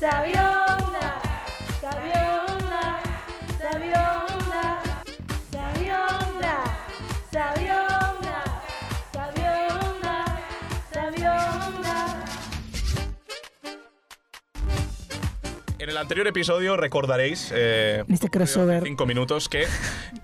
Sabiona, Sabiona, Sabiona, Sabiona, Sabiona, Sabiona, Sabiona. En el anterior episodio recordaréis, eh, En este crossover. cinco minutos, que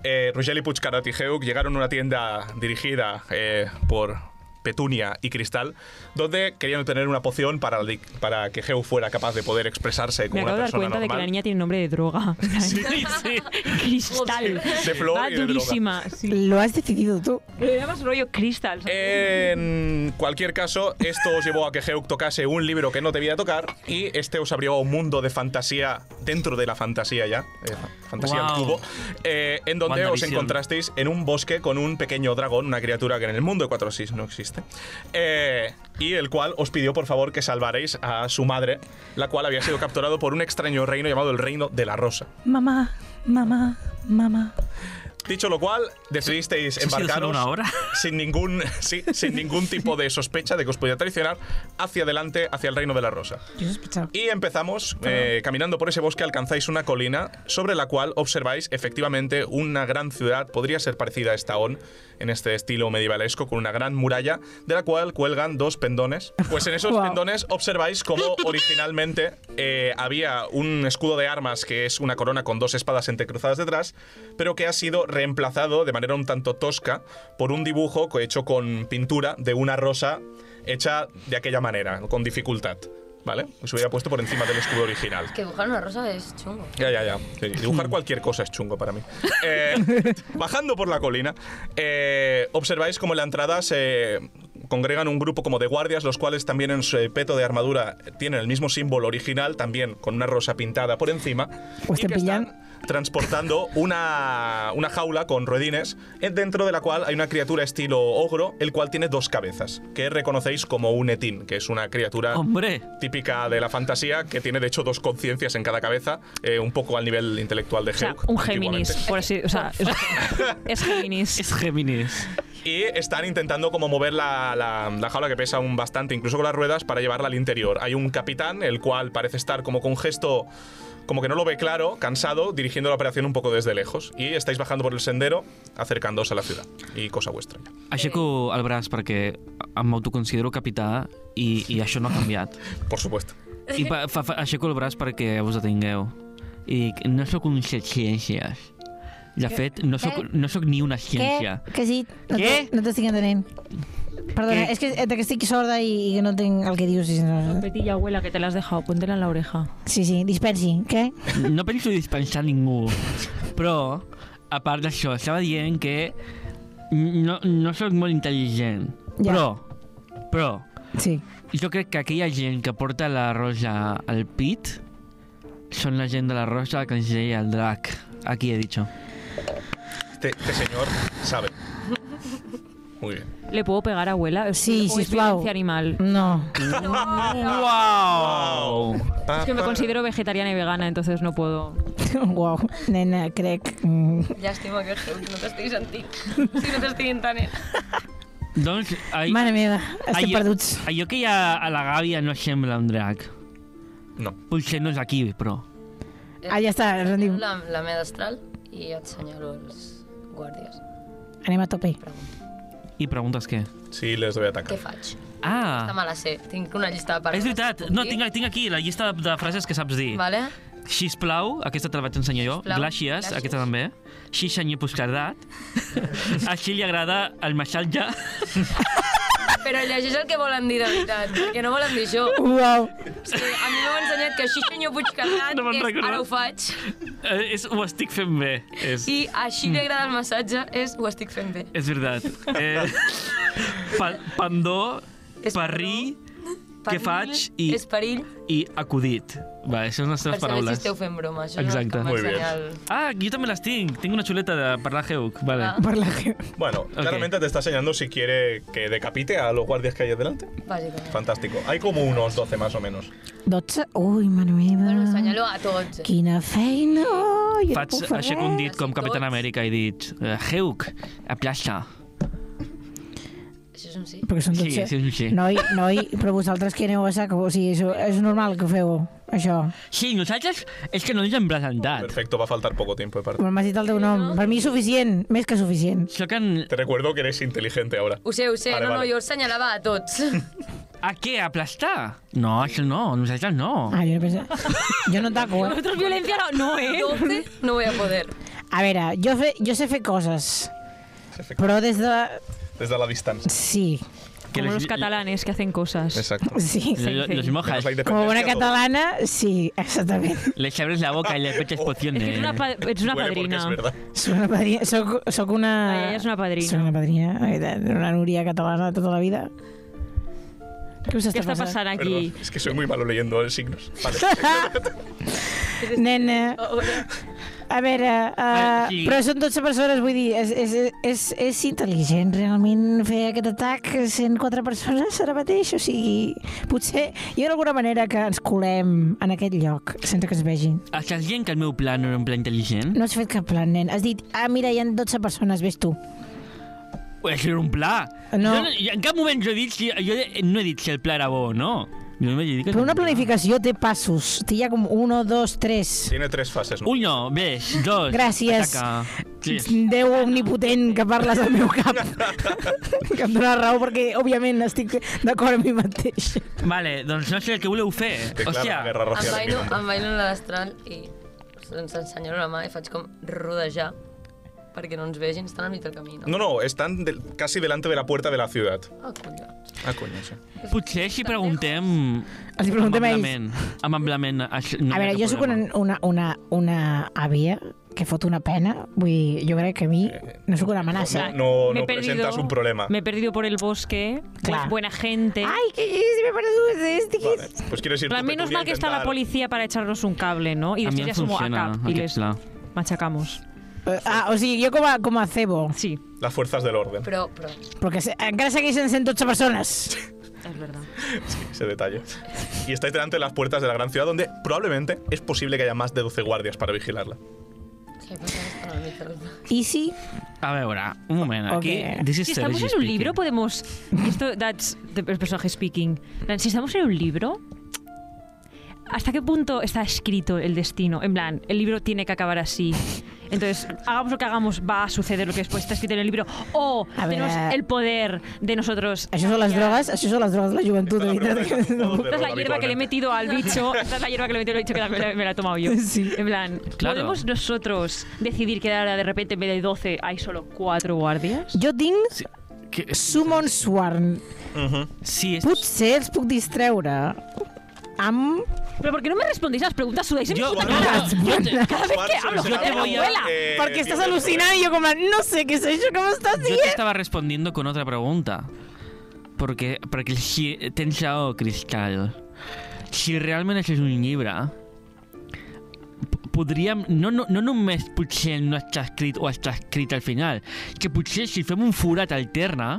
eh, Rugeli Puigcarat y Heuk llegaron a una tienda dirigida eh, por Petunia y Cristal, donde querían obtener una poción para, el di- para que Heuk fuera capaz de poder expresarse como Me una acabo de dar persona cuenta de que la normal. niña tiene nombre de droga. Sí, sí. Cristal. De flor Va y de droga. durísima. Sí. Lo has decidido tú. Le llamas rollo cristal. Eh, ¿sabes? En cualquier caso, esto os llevó a que Heuk tocase un libro que no debía tocar y este os abrió a un mundo de fantasía dentro de la fantasía ya, eh, fantasía al Wow. cubo, eh, en donde os WandaVision. encontrasteis en un bosque con un pequeño dragón, una criatura que en el mundo de 4.6 no existe, eh, y el cual os pidió por favor que salvaréis a su madre, la cual había sido capturado por un extraño reino llamado el Reino de la Rosa. Mamá, mamá, mamá. Dicho lo cual, decidisteis ha sido embarcaros solo una hora? sin ningún sí, sin ningún tipo de sospecha de que os podía traicionar hacia adelante, hacia el reino de la rosa. Yo he sospechado. Y empezamos, eh, caminando por ese bosque alcanzáis una colina sobre la cual observáis efectivamente una gran ciudad, podría ser parecida a Estaón, en este estilo medievalesco, con una gran muralla de la cual cuelgan dos pendones. Pues en esos Wow. pendones observáis cómo originalmente eh, había un escudo de armas que es una corona con dos espadas entrecruzadas detrás, pero que ha sido reemplazado de manera un tanto tosca por un dibujo co- hecho con pintura de una rosa hecha de aquella manera, con dificultad. ¿Vale? Se hubiera puesto por encima del escudo original. Que dibujar una rosa es chungo. Ya, ya, ya. Sí, dibujar cualquier cosa es chungo para mí. Eh, bajando por la colina, eh, observáis como en la entrada se congregan un grupo como de guardias, los cuales también en su peto de armadura tienen el mismo símbolo original, también con una rosa pintada por encima. Pues y te que pillan. están transportando una, una jaula con ruedines, eh, dentro de la cual hay una criatura estilo ogro, el cual tiene dos cabezas, que reconocéis como un etín, que es una criatura Hombre, típica de la fantasía, que tiene de hecho dos conciencias en cada cabeza, eh, un poco al nivel intelectual de O sea, Heuk, un Géminis, antiguamente. por así O sea, es, es Géminis. es Géminis. Y están intentando como mover la, la- la jaula que pesa un bastante, incluso con las ruedas, para llevarla al interior. Hay un capitán, el cual parece estar como con un gesto, como que no lo ve claro, cansado, dirigiendo la operación un poco desde lejos. Y estáis bajando por el sendero, acercándoos a la ciudad. Y cosa vuestra. Això que el braç, perquè em autoconsidero capità i, i això no ha canviat. Por supuesto. I pa, fa, fa, aixeco el braç perquè us atingueu. I dic, no sóc un set ciències. De fet, no sóc, Què? no sóc ni una Què? ciència. Que sí, no, Què? Te, no t'estic entenent. Perdona, Què? és que, eh, que estic sorda i, i no entenc el que dius. i No. Petilla abuela que te la has dejado, póntela en la oreja. Sí, sí, dispensi. Què? No penso dispensar ningú. Però, a part d'això, estava dient que no, no sóc molt intel·ligent. Ja. Però, però, Sí. Jo crec que aquella gent que porta la roja al pit són la gent de la roja que ens deia el drac. Aquí he dicho. Este, este señor sabe. Muy bien. ¿Le puedo pegar, abuela? Es Sí, como sisplau. violencia animal. No. Wow! Es que me considero vegetariana y vegana, entonces no puedo. Uau, nena, crec... Mm. Llàstima que Jesús no t'estigui sentint. Si no t'estigui eh? entenent. Doncs... Ai, Mare meva, estem allò- perduts. Allò que hi ha a la gàbia no sembla un drac. No. Potser no és aquí, però... Ah, ja està, ens rendim. La, la meva destral i et senyalo els guàrdies. Anem a tope. Pregunta. I preguntes què? Sí, les doy atacar. Què faig? Està Ah! mala ser. Tinc una llista de És paraules. veritat! que puc No, dir. tinc, tinc aquí la llista de, de frases que saps dir. Vale? Xisclau, aquesta te la vaig ensenyar jo. Sisplau. Glàcies, Gràcies. aquesta també. Xixanyi puscardat. Així li agrada el massatge. Però llegeix el que volen dir de veritat, perquè no volen dir això. Uau. Sí, a mi m'heu ensenyat que així senyor Puigcarnat No me'n és recordo. ara ho faig Eh, és, ho estic fent bé. És, i així Mm. li agrada el massatge és ho estic fent bé. és veritat. Eh, pa, pandó, És parrí Què faig? I- I... És perill i acudit. Va, això són les teves per saber si paraules. esteu fent broma. Això Exacte. és el que Muy bien. m'ensenya el... Ah, jo també les tinc. Tinc una xuleta de parlar Heuc. Vale. Ah. Per la gent. Bueno, claramente te está enseñando si quiere que decapite a los guardias que hay delante. Bàsicament. Fantástico. Hay como unos 12 más o menos. 12? Ui, mare meva. Bueno, senyalo a tots. eh? Quina feina. Jo Faig eh? no puc fer aixeco res. un dit com Quasi Capitán tots. Amèrica i dit eh, Heuc, aplaça. Això és un sí. Perquè són Sí, dotze. sí, és un sí. Noi, noi, però vosaltres que aneu a sac, o sigui, això, és normal que ho feu, això. Sí, nosaltres és que no ens hem presentat. Perfecto, va a faltar poco tiempo de parte. Bueno, M'has dit el teu nom. Per mi és suficient, més que suficient. Sóc en... Te recuerdo que eres inteligente ahora. Ho sé, ho sé. Vale, no, vale. no, jo els senyalava a tots. A què? A aplastar? No, això no, nosaltres no. Ah, jo, no pensava... jo no taco, eh? Nosotros violencia no, no, ¿eh? 12 no voy a poder. A veure, jo, fe, jo sé fer coses, però des de... Desde la distancia. Sí, Que Como los- los catalanes que hacen cosas. Exacto. sí. Lo- lo- Los mojas. Tenemos la Com independencia bona a todos. catalana, sí, exactament. Les abres la boca y les metes Es pociones. que es una, pa- es una Duele porque es padrina. verdad. Soc una padrina... Soc, soc una... Ah, ella és una padrina. Soc una padrina, la veritat, una Núria catalana de tota la vida. Què us ¿Qué està está passant? pasando aquí? Perdón, es que soy muy malo leyendo los signos. Vale. Nena, Ahora, a veure, uh, Ah, sí. però són 12 persones, vull dir, és, és, és, és intel·ligent realment fer aquest atac sent quatre persones ara mateix, o sigui, potser hi ha alguna manera que ens colem en aquest lloc sense que es vegin. Estàs dient que el meu pla no era un pla intel·ligent? No has fet cap plan, nen, has dit, ah, mira, hi ha 12 persones, ves tu. Això era un pla. No. Jo no jo en cap moment jo he dit si, jo no he dit si el pla era bo o no. Jo només he dit que... Però era una un pla. planificació té passos, té ja com 1, 2, 3... Tiene tres fases, ¿no? Un no, ves, dos, Gràcies. ataca. Sí. Déu omnipotent que parles al meu cap. que em dóna raó perquè, òbviament, estic d'acord amb mi mateix. Vale, doncs no sé el que voleu fer. Que claro, Hòstia, la guerra em racial. baino, evidente. em baino la destral i ens ensenyaré una mà i faig com rodejar perquè no ens vegin, estan al mig del camí, no? No, no, están del- casi delante de la puerta de la ciudad. Ah, collons. Ah, coño, sí. potser si preguntem... Els hi preguntem a ells. amablement, amablement, això no A hi ha veure, cap jo sóc una, problema. una, una, una àvia que fot una pena. Vull dir, jo crec que a mi no sóc una amenaça. No, Me no he perdido- presentas un problema. Me he perdido por el bosque. Claro. Pues buena gente. Ay, ¿qué es? Me parece un este, ¿qué Vale, es? pues quiero decir... En plan, tú te menos podía mal que está la intentar- policía para echarnos un cable, ¿no? Y A después mi ya em somos funciona ACAP y aquest les pla. machacamos. Eh, Ah, o sigui, jo com a, com a cebo, Sí, Las fuerzas del orden, Però, però, perquè se, encara segueixen sent 12 persones. és verdad. ese detalle. Y estáis delante de las puertas de la gran ciudad, donde probablemente es posible que haya más de 12 guardias para vigilarla. Què passa? Estan al mig del I si... A veure, un moment, aquí... Ok. This is Si estamos Sergi en un libro, speaking. podemos. Esto, that's the el personaje speaking. En plan, Si estamos en un libro, ¿hasta qué punto está escrito el destino? En plan, el libro tiene que acabar así. Entonces, hagamos lo que hagamos, va a suceder lo que después está escrito en el libro. O A ver. tenemos el poder de nosotros. Això són les drogues, això són les drogues de la joventut, de veritat. que no- Esta es la hierba que le he metido al bicho. Esta es la hierba que le he metido al bicho que la- me la, me la he tomado yo. Sí. En plan, Claro. ¿podemos nosotros decidir que ahora de repente en vez de 12 hay solo 4 guardias? Jo tinc Sí, que, Summon Swarm. sí, és... Potser els puc distreure amb... ¿Pero por qué no me respondéis a las preguntas? Sudáis en mi Yo, puta Ah, no, cara. yo te- Cada vez que hablo, Yo te joder, voy a- abuela. Eh, Perquè estàs al·lucinant i jo com a, no sé què és això que m'estàs Yo te dient. estaba respondiendo con otra pregunta. Porque, perquè si tens raó, Cristal. Si realment això és un llibre, p- podríem... No, no, no només potser no està escrit o està escrit al final, que potser si fem un forat alterna,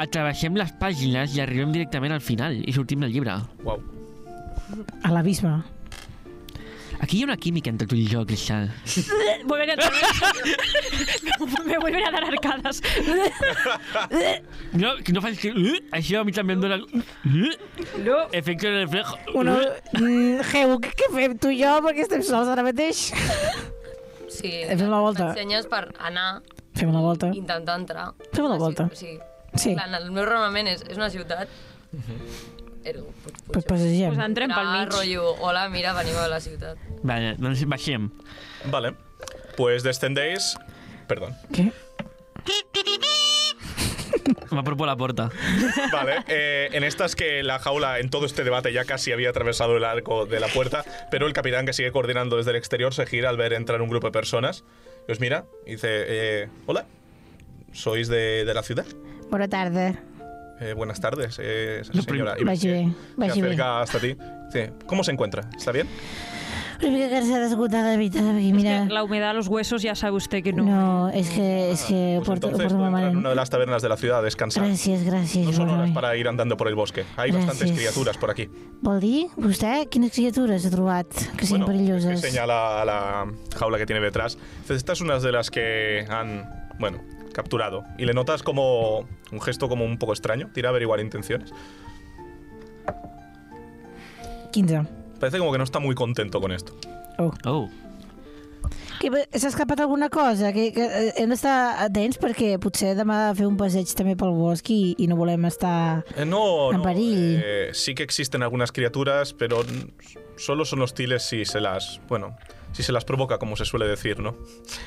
atreveixem les pàgines i arribem directament al final i sortim del llibre. Wow. A l'abisme. Aquí hi ha una química entre tu i jo, Cristal. Vuelven a dar- Me vuelven a dar arcadas. No, que no facis que... Uh, això a mi també em dóna... Uh, No. efecte de reflejo. Bueno, Uh. mm, Geu, què, què fem tu i jo? Perquè estem sols ara mateix. Sí, Eh, Fem la volta. m'ensenyes per anar, Fem la volta. intentar entrar. Fem la Ah, sí, volta. O sigui, Sí, plan, el meu raonament és, és una ciutat, Mhm. ergo, pues, pues pues, passegem. Pues entrem pel entrar, mig. rotllo, hola, mira, venim a la ciutat. Vale, doncs baixem. Vale, pues descendéis... Perdón. Què? M'apropo a la porta. Vale, eh, en estas que la jaula en todo este debate ya casi había atravesado el arco de la puerta, pero el capitán que sigue coordinando desde el exterior se gira al ver entrar un grupo de personas y os mira y dice, eh, hola, ¿sois de, de la ciudad? Bona tarda. Eh, buenas tardes, eh, Lo señora. prim- Y Vagi se- bé, se vagi bé. acerca hasta ti. Dice, ¿Cómo se encuentra? ¿Está bien? Una mica cansada, esgotada, de veritat, perquè mira... La humedad, los huesos, ya sabe usted que no. No, és que, és que Eh, Pues porto, entonces porto puede entrar en molt una malament. de las tabernas de la ciudad a descansar. Gràcies, gràcies. No son bona horas nit. para ir andando por el bosque. Hay bastantes Gracias. criaturas por aquí. Pues Vol dir, vostè, quines criatures ha trobat que siguin es perilloses? que señala a la jaula que tiene detrás. Dice, Esta es una de las que han, bueno, capturado. Y le notas como un gesto como un poco extraño. Tira a averiguar intenciones. 15. Parece como que no está muy contento con esto. Oh. Que bé, s'ha escapat alguna cosa, que, que eh, hem d'estar atents perquè potser demà ha de fer un passeig també pel bosc i, i no volem estar... Eh, no, En no, París. eh, sí que existen algunas criaturas, pero n- solo son hostiles si se las, bueno, si se las provoca, como se suele decir, ¿no?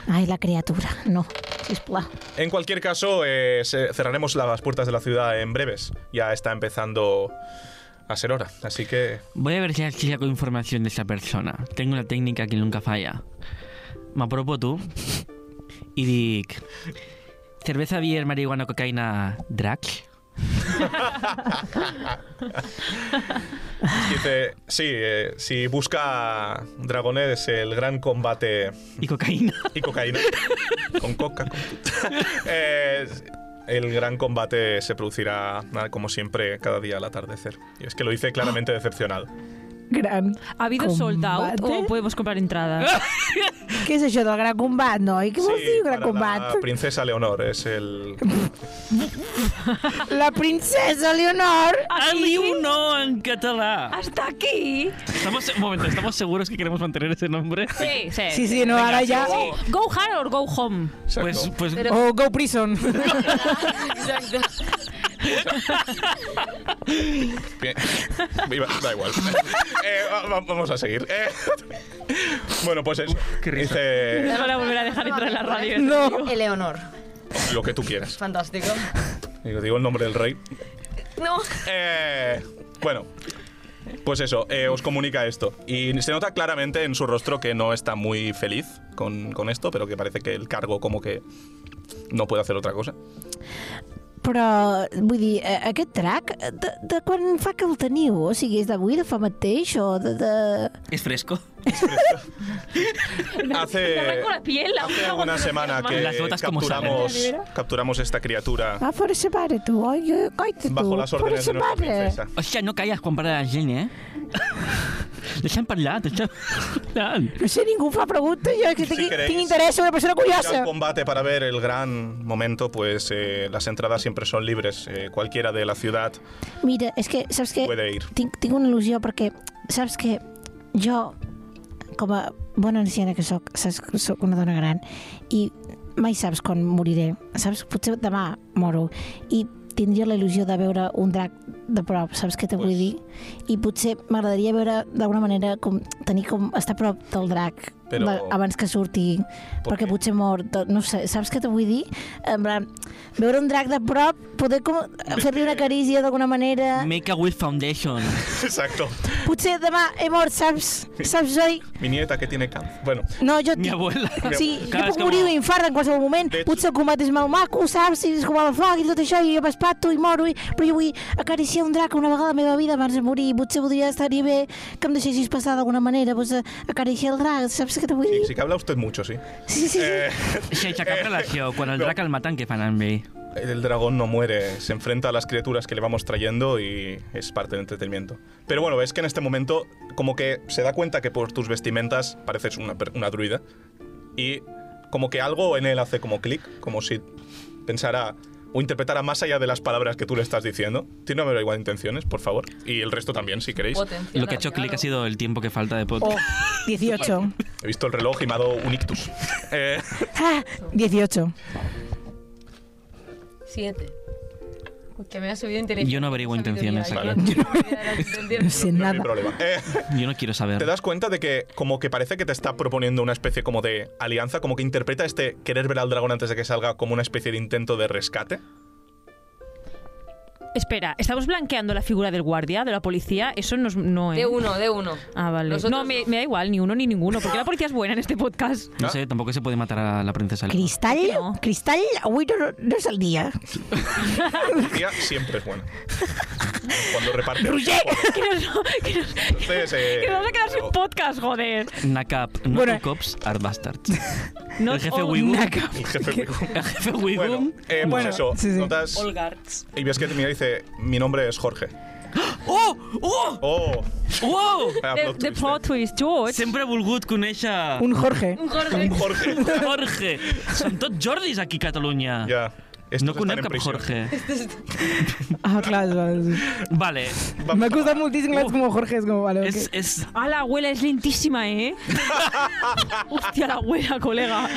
Ai, la criatura, no, sisplau. En cualquier caso, eh, se- cerraremos las puertas de la ciudad en breves. Ya está empezando a ser hora, así que Voy a ver si si saco información de esa persona. Tengo una técnica que nunca falla. Me apropo tú y dic... Cerveza, beer, marihuana, cocaína, drax. dice, sí, eh, si busca dragones, el gran combate Y cocaína. y cocaína. con coca. con puta. Eh, el gran combate se producirá, ah, como siempre, cada día al atardecer. Y es que lo hice claramente decepcionado. Gran. ¿Ha habido sold out combate? o podemos comprar entradas? Què és això del gran combat, noi? Què vols dir, gran para combat? La princesa Leonor es el. La, princesa Leonor! ¿Ah, ¡Ali uno en catalán! ¡Hasta aquí! Estamos, un momento, ¿estamos seguros que queremos mantener ese nombre? Sí, sí. Sí, sí, no, ara ja... Go hard or go home. Pues, pues Pero- Oh, go prison! Exacte. Bien. Viva- Da igual. Eh, va- va- vamos a seguir. Eh, Bueno, pues eso. Dice Nos van a volver a dejar entrar en la radio. No! Eleonor. lo que tú quieras. Fantàstico. Digo, digo el nombre del rey. No. Eh, bueno, pues eso, eh, os comunica esto. Y se nota claramente en su rostro que no está muy feliz con, con esto, pero que parece que el cargo como que no puede hacer otra cosa. Però, vull dir, eh, aquest track, eh, de, de quan fa que el teniu? O sigui, és d'avui, de fa mateix, o de... de... es fresco. Me Hace, arranco la piel. la hace una una semana que Las botas como capturamos, salen. capturamos esta criatura Ah, fora sa mare, tu, oi? oi, Coita, tu. bajo las fora órdenes sa de nuestra mare. princesa. O sea, no callas quan parla la gent, eh? Deixa'm parlar, deixa'm parlar. No sé, ningú fa preguntes, jo que Si tingui, queréis tinc interès en una persona ir curiosa. al combate para ver el gran momento, pues eh, las entradas siempre son libres. eh, cualquiera de la ciudad Mira, és que, saps què? puede ir. Tinc, tinc una il·lusió perquè, saps que jo, com a bona anciana que sóc, saps que sóc una dona gran, i mai saps quan moriré, saps? Potser demà moro, i tindria la il·lusió de veure un drac de prop, saps què te vull dir? I potser m'agradaria veure d'alguna manera com tenir com estar a prop del drac Però- de- abans que surti, Per perquè què? potser mor, de, no ho sé, saps què te vull dir? En plan, veure un drac de prop, poder com fer-li una carícia d'alguna manera... Make a Will Foundation. Exacto. Potser demà he mort, saps? Saps, Zoe? Mi nieta que tiene cáncer. Bueno, No, jo... Mi tinc- abuela. Sí, jo Clar, és puc com- morir d'un infart en qualsevol moment. De hecho- Potser el combat és molt maco, saps? I és com el foc i tot això, i jo m'espato i moro. I... Però jo vull acariciar un drac una vegada a la meva vida abans de morir. I Potser voldria estaria bé que em deixessis passar d'alguna manera. Vols eh, acariciar el drac, saps què te vull sí, dir? sí que habla usted mucho, sí. Sí, sí, sí. Eh, Sense cap relació. Quan el no. drac el maten, què fan amb ell? el dragón no muere, se enfrenta a las criaturas que le vamos trayendo y es parte del entretenimiento. Pero bueno, ves que en este momento como que se da cuenta que por tus vestimentas pareces una, per- una druida y como que algo en él hace como clic, como si pensara o interpretara más allá de las palabras que tú le estás diciendo. Tiene una igual intenciones, por favor. Y el resto también, si queréis. Potencial. Lo que ha hecho clic ha sido el tiempo que falta de podcast. Oh, 18. He visto el reloj y me ha dado un ictus. Eh, Ah, 18. Siete. Que me ha subido inteligencia. Yo no averiguo Sabiduría. intenciones aquí. Yo no voy a dar intenciones. No sé no es mi nada. problema. Eh, Yo no Te quiero saber. das cuenta de que como que parece que te está proponiendo una especie como de alianza, como que interpreta este querer ver al dragón antes de que salga como una especie de intento de rescate. Espera, ¿estamos blanqueando la figura del guardia, de la policía? Eso no, es- no ¿eh? De uno, de uno. Ah, vale. Nosotros no, me, me da igual, ni uno ni ninguno, porque la policía es buena en este podcast. No sé, tampoco se puede matar a la princesa. Leonor. Cristall? No. Cristall? Avui no, no és el dia. La tía siempre es buena. Cuando reparte. Roger. Que nos, que nos- Entonces, eh, que nos vamos a quedar sin podcast, joder. Nakap, no Bueno. two cops, are bastards. No, el jefe Ol- Wiggum. el jefe- El jefe Bueno, Wiggum. eh, pues eso, sí, sí. notas- Olgarts. y ves que te mira y dice, mi nombre es Jorge. Oh! Oh! Oh, Oh! vaya plot The, twist, the eh. plot twist, eh. George. Sempre he volgut conèixer Un Jorge. Un Jorge. eh. Jorge. Jorge. Són tots Jordis aquí a Catalunya. Ya. Estos No están en conec cap prisión. Jorge. Ah, clar. clar. Vale. Vamos Uh. Me ha a parar. costado muchísimo, es como Jorge, es como, vale, ok. És, és, Ah, la abuela es lentísima, ¿eh? Hostia, la abuela, colega.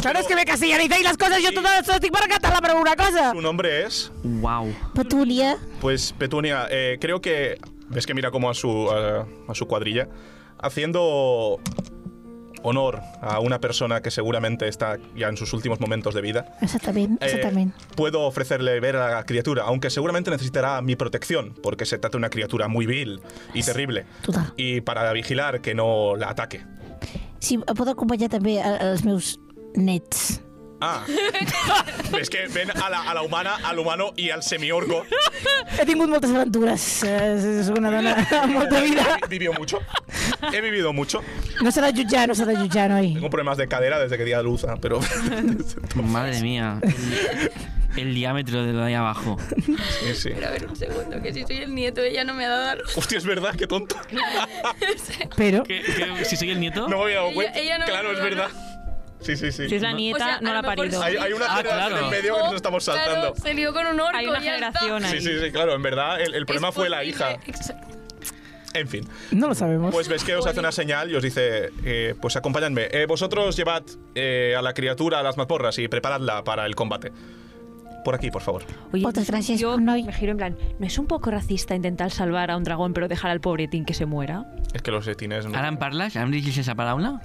Claro, es que me castellanizáis las cosas, yo todo esto estoy para cantarla para una cosa. Su nombre es, Wow. Petulia. pues, Petunia. eh, creo que. Ves que mira como a su, a, a su cuadrilla. Haciendo honor a una persona que seguramente está ya en sus últimos momentos de vida. Exactamente, eh, puedo ofrecerle ver a la criatura, aunque seguramente necesitará mi protección, porque se trata de una criatura muy vil y terrible. Total. Y para vigilar que no la ataque. Si puedo acompañar también a, los meus nets. Ah. es que ven a la, a la humana, al humano y al semiorco. He tingut moltes aventures. eh, Soc una dona amb molta vida. He vivido mucho. He vivido mucho. No s'ha de jutjar, no s'ha de jutjar, noi. Tengo problemas de cadera desde que di a luz, ah, pero. Madre mía. El, el diámetro de lo de ahí abajo. sí, sí. Pero a ver, un segundo, que si soy el nieto, ella no me ha dado a luz. Hostia, es verdad, qué tonto. Però... ¿Qué, qué, si soy el nieto? No me había dado Ella- cuenta. ella no claro, es me dio verdad. Sí, sí, sí. Si es la nieta, O sea, no a la ha lo mejor parido. Hay, hay una Ah, generación claro. en medio que nos estamos saltando. Claro, se lió con un orco. Hay una ya está. generación ahí. Sí, sí, sí, claro, en verdad el, el problema Es fue la posible, hija. exacto. En fin. No lo sabemos. Pues ves que os hace una señal y os dice, eh, pues acompañadme. Eh, vosotros llevad eh, a la criatura a las mazmorras y preparadla para el combate. Por aquí, por favor. Oye, Moltes gràcies, yo Noi. me giro en plan, ¿no es un poco racista intentar salvar a un dragón pero dejar al pobre Tin que se muera? Es que los setines... no- Ara en parles? Em dirigeixes a paraula?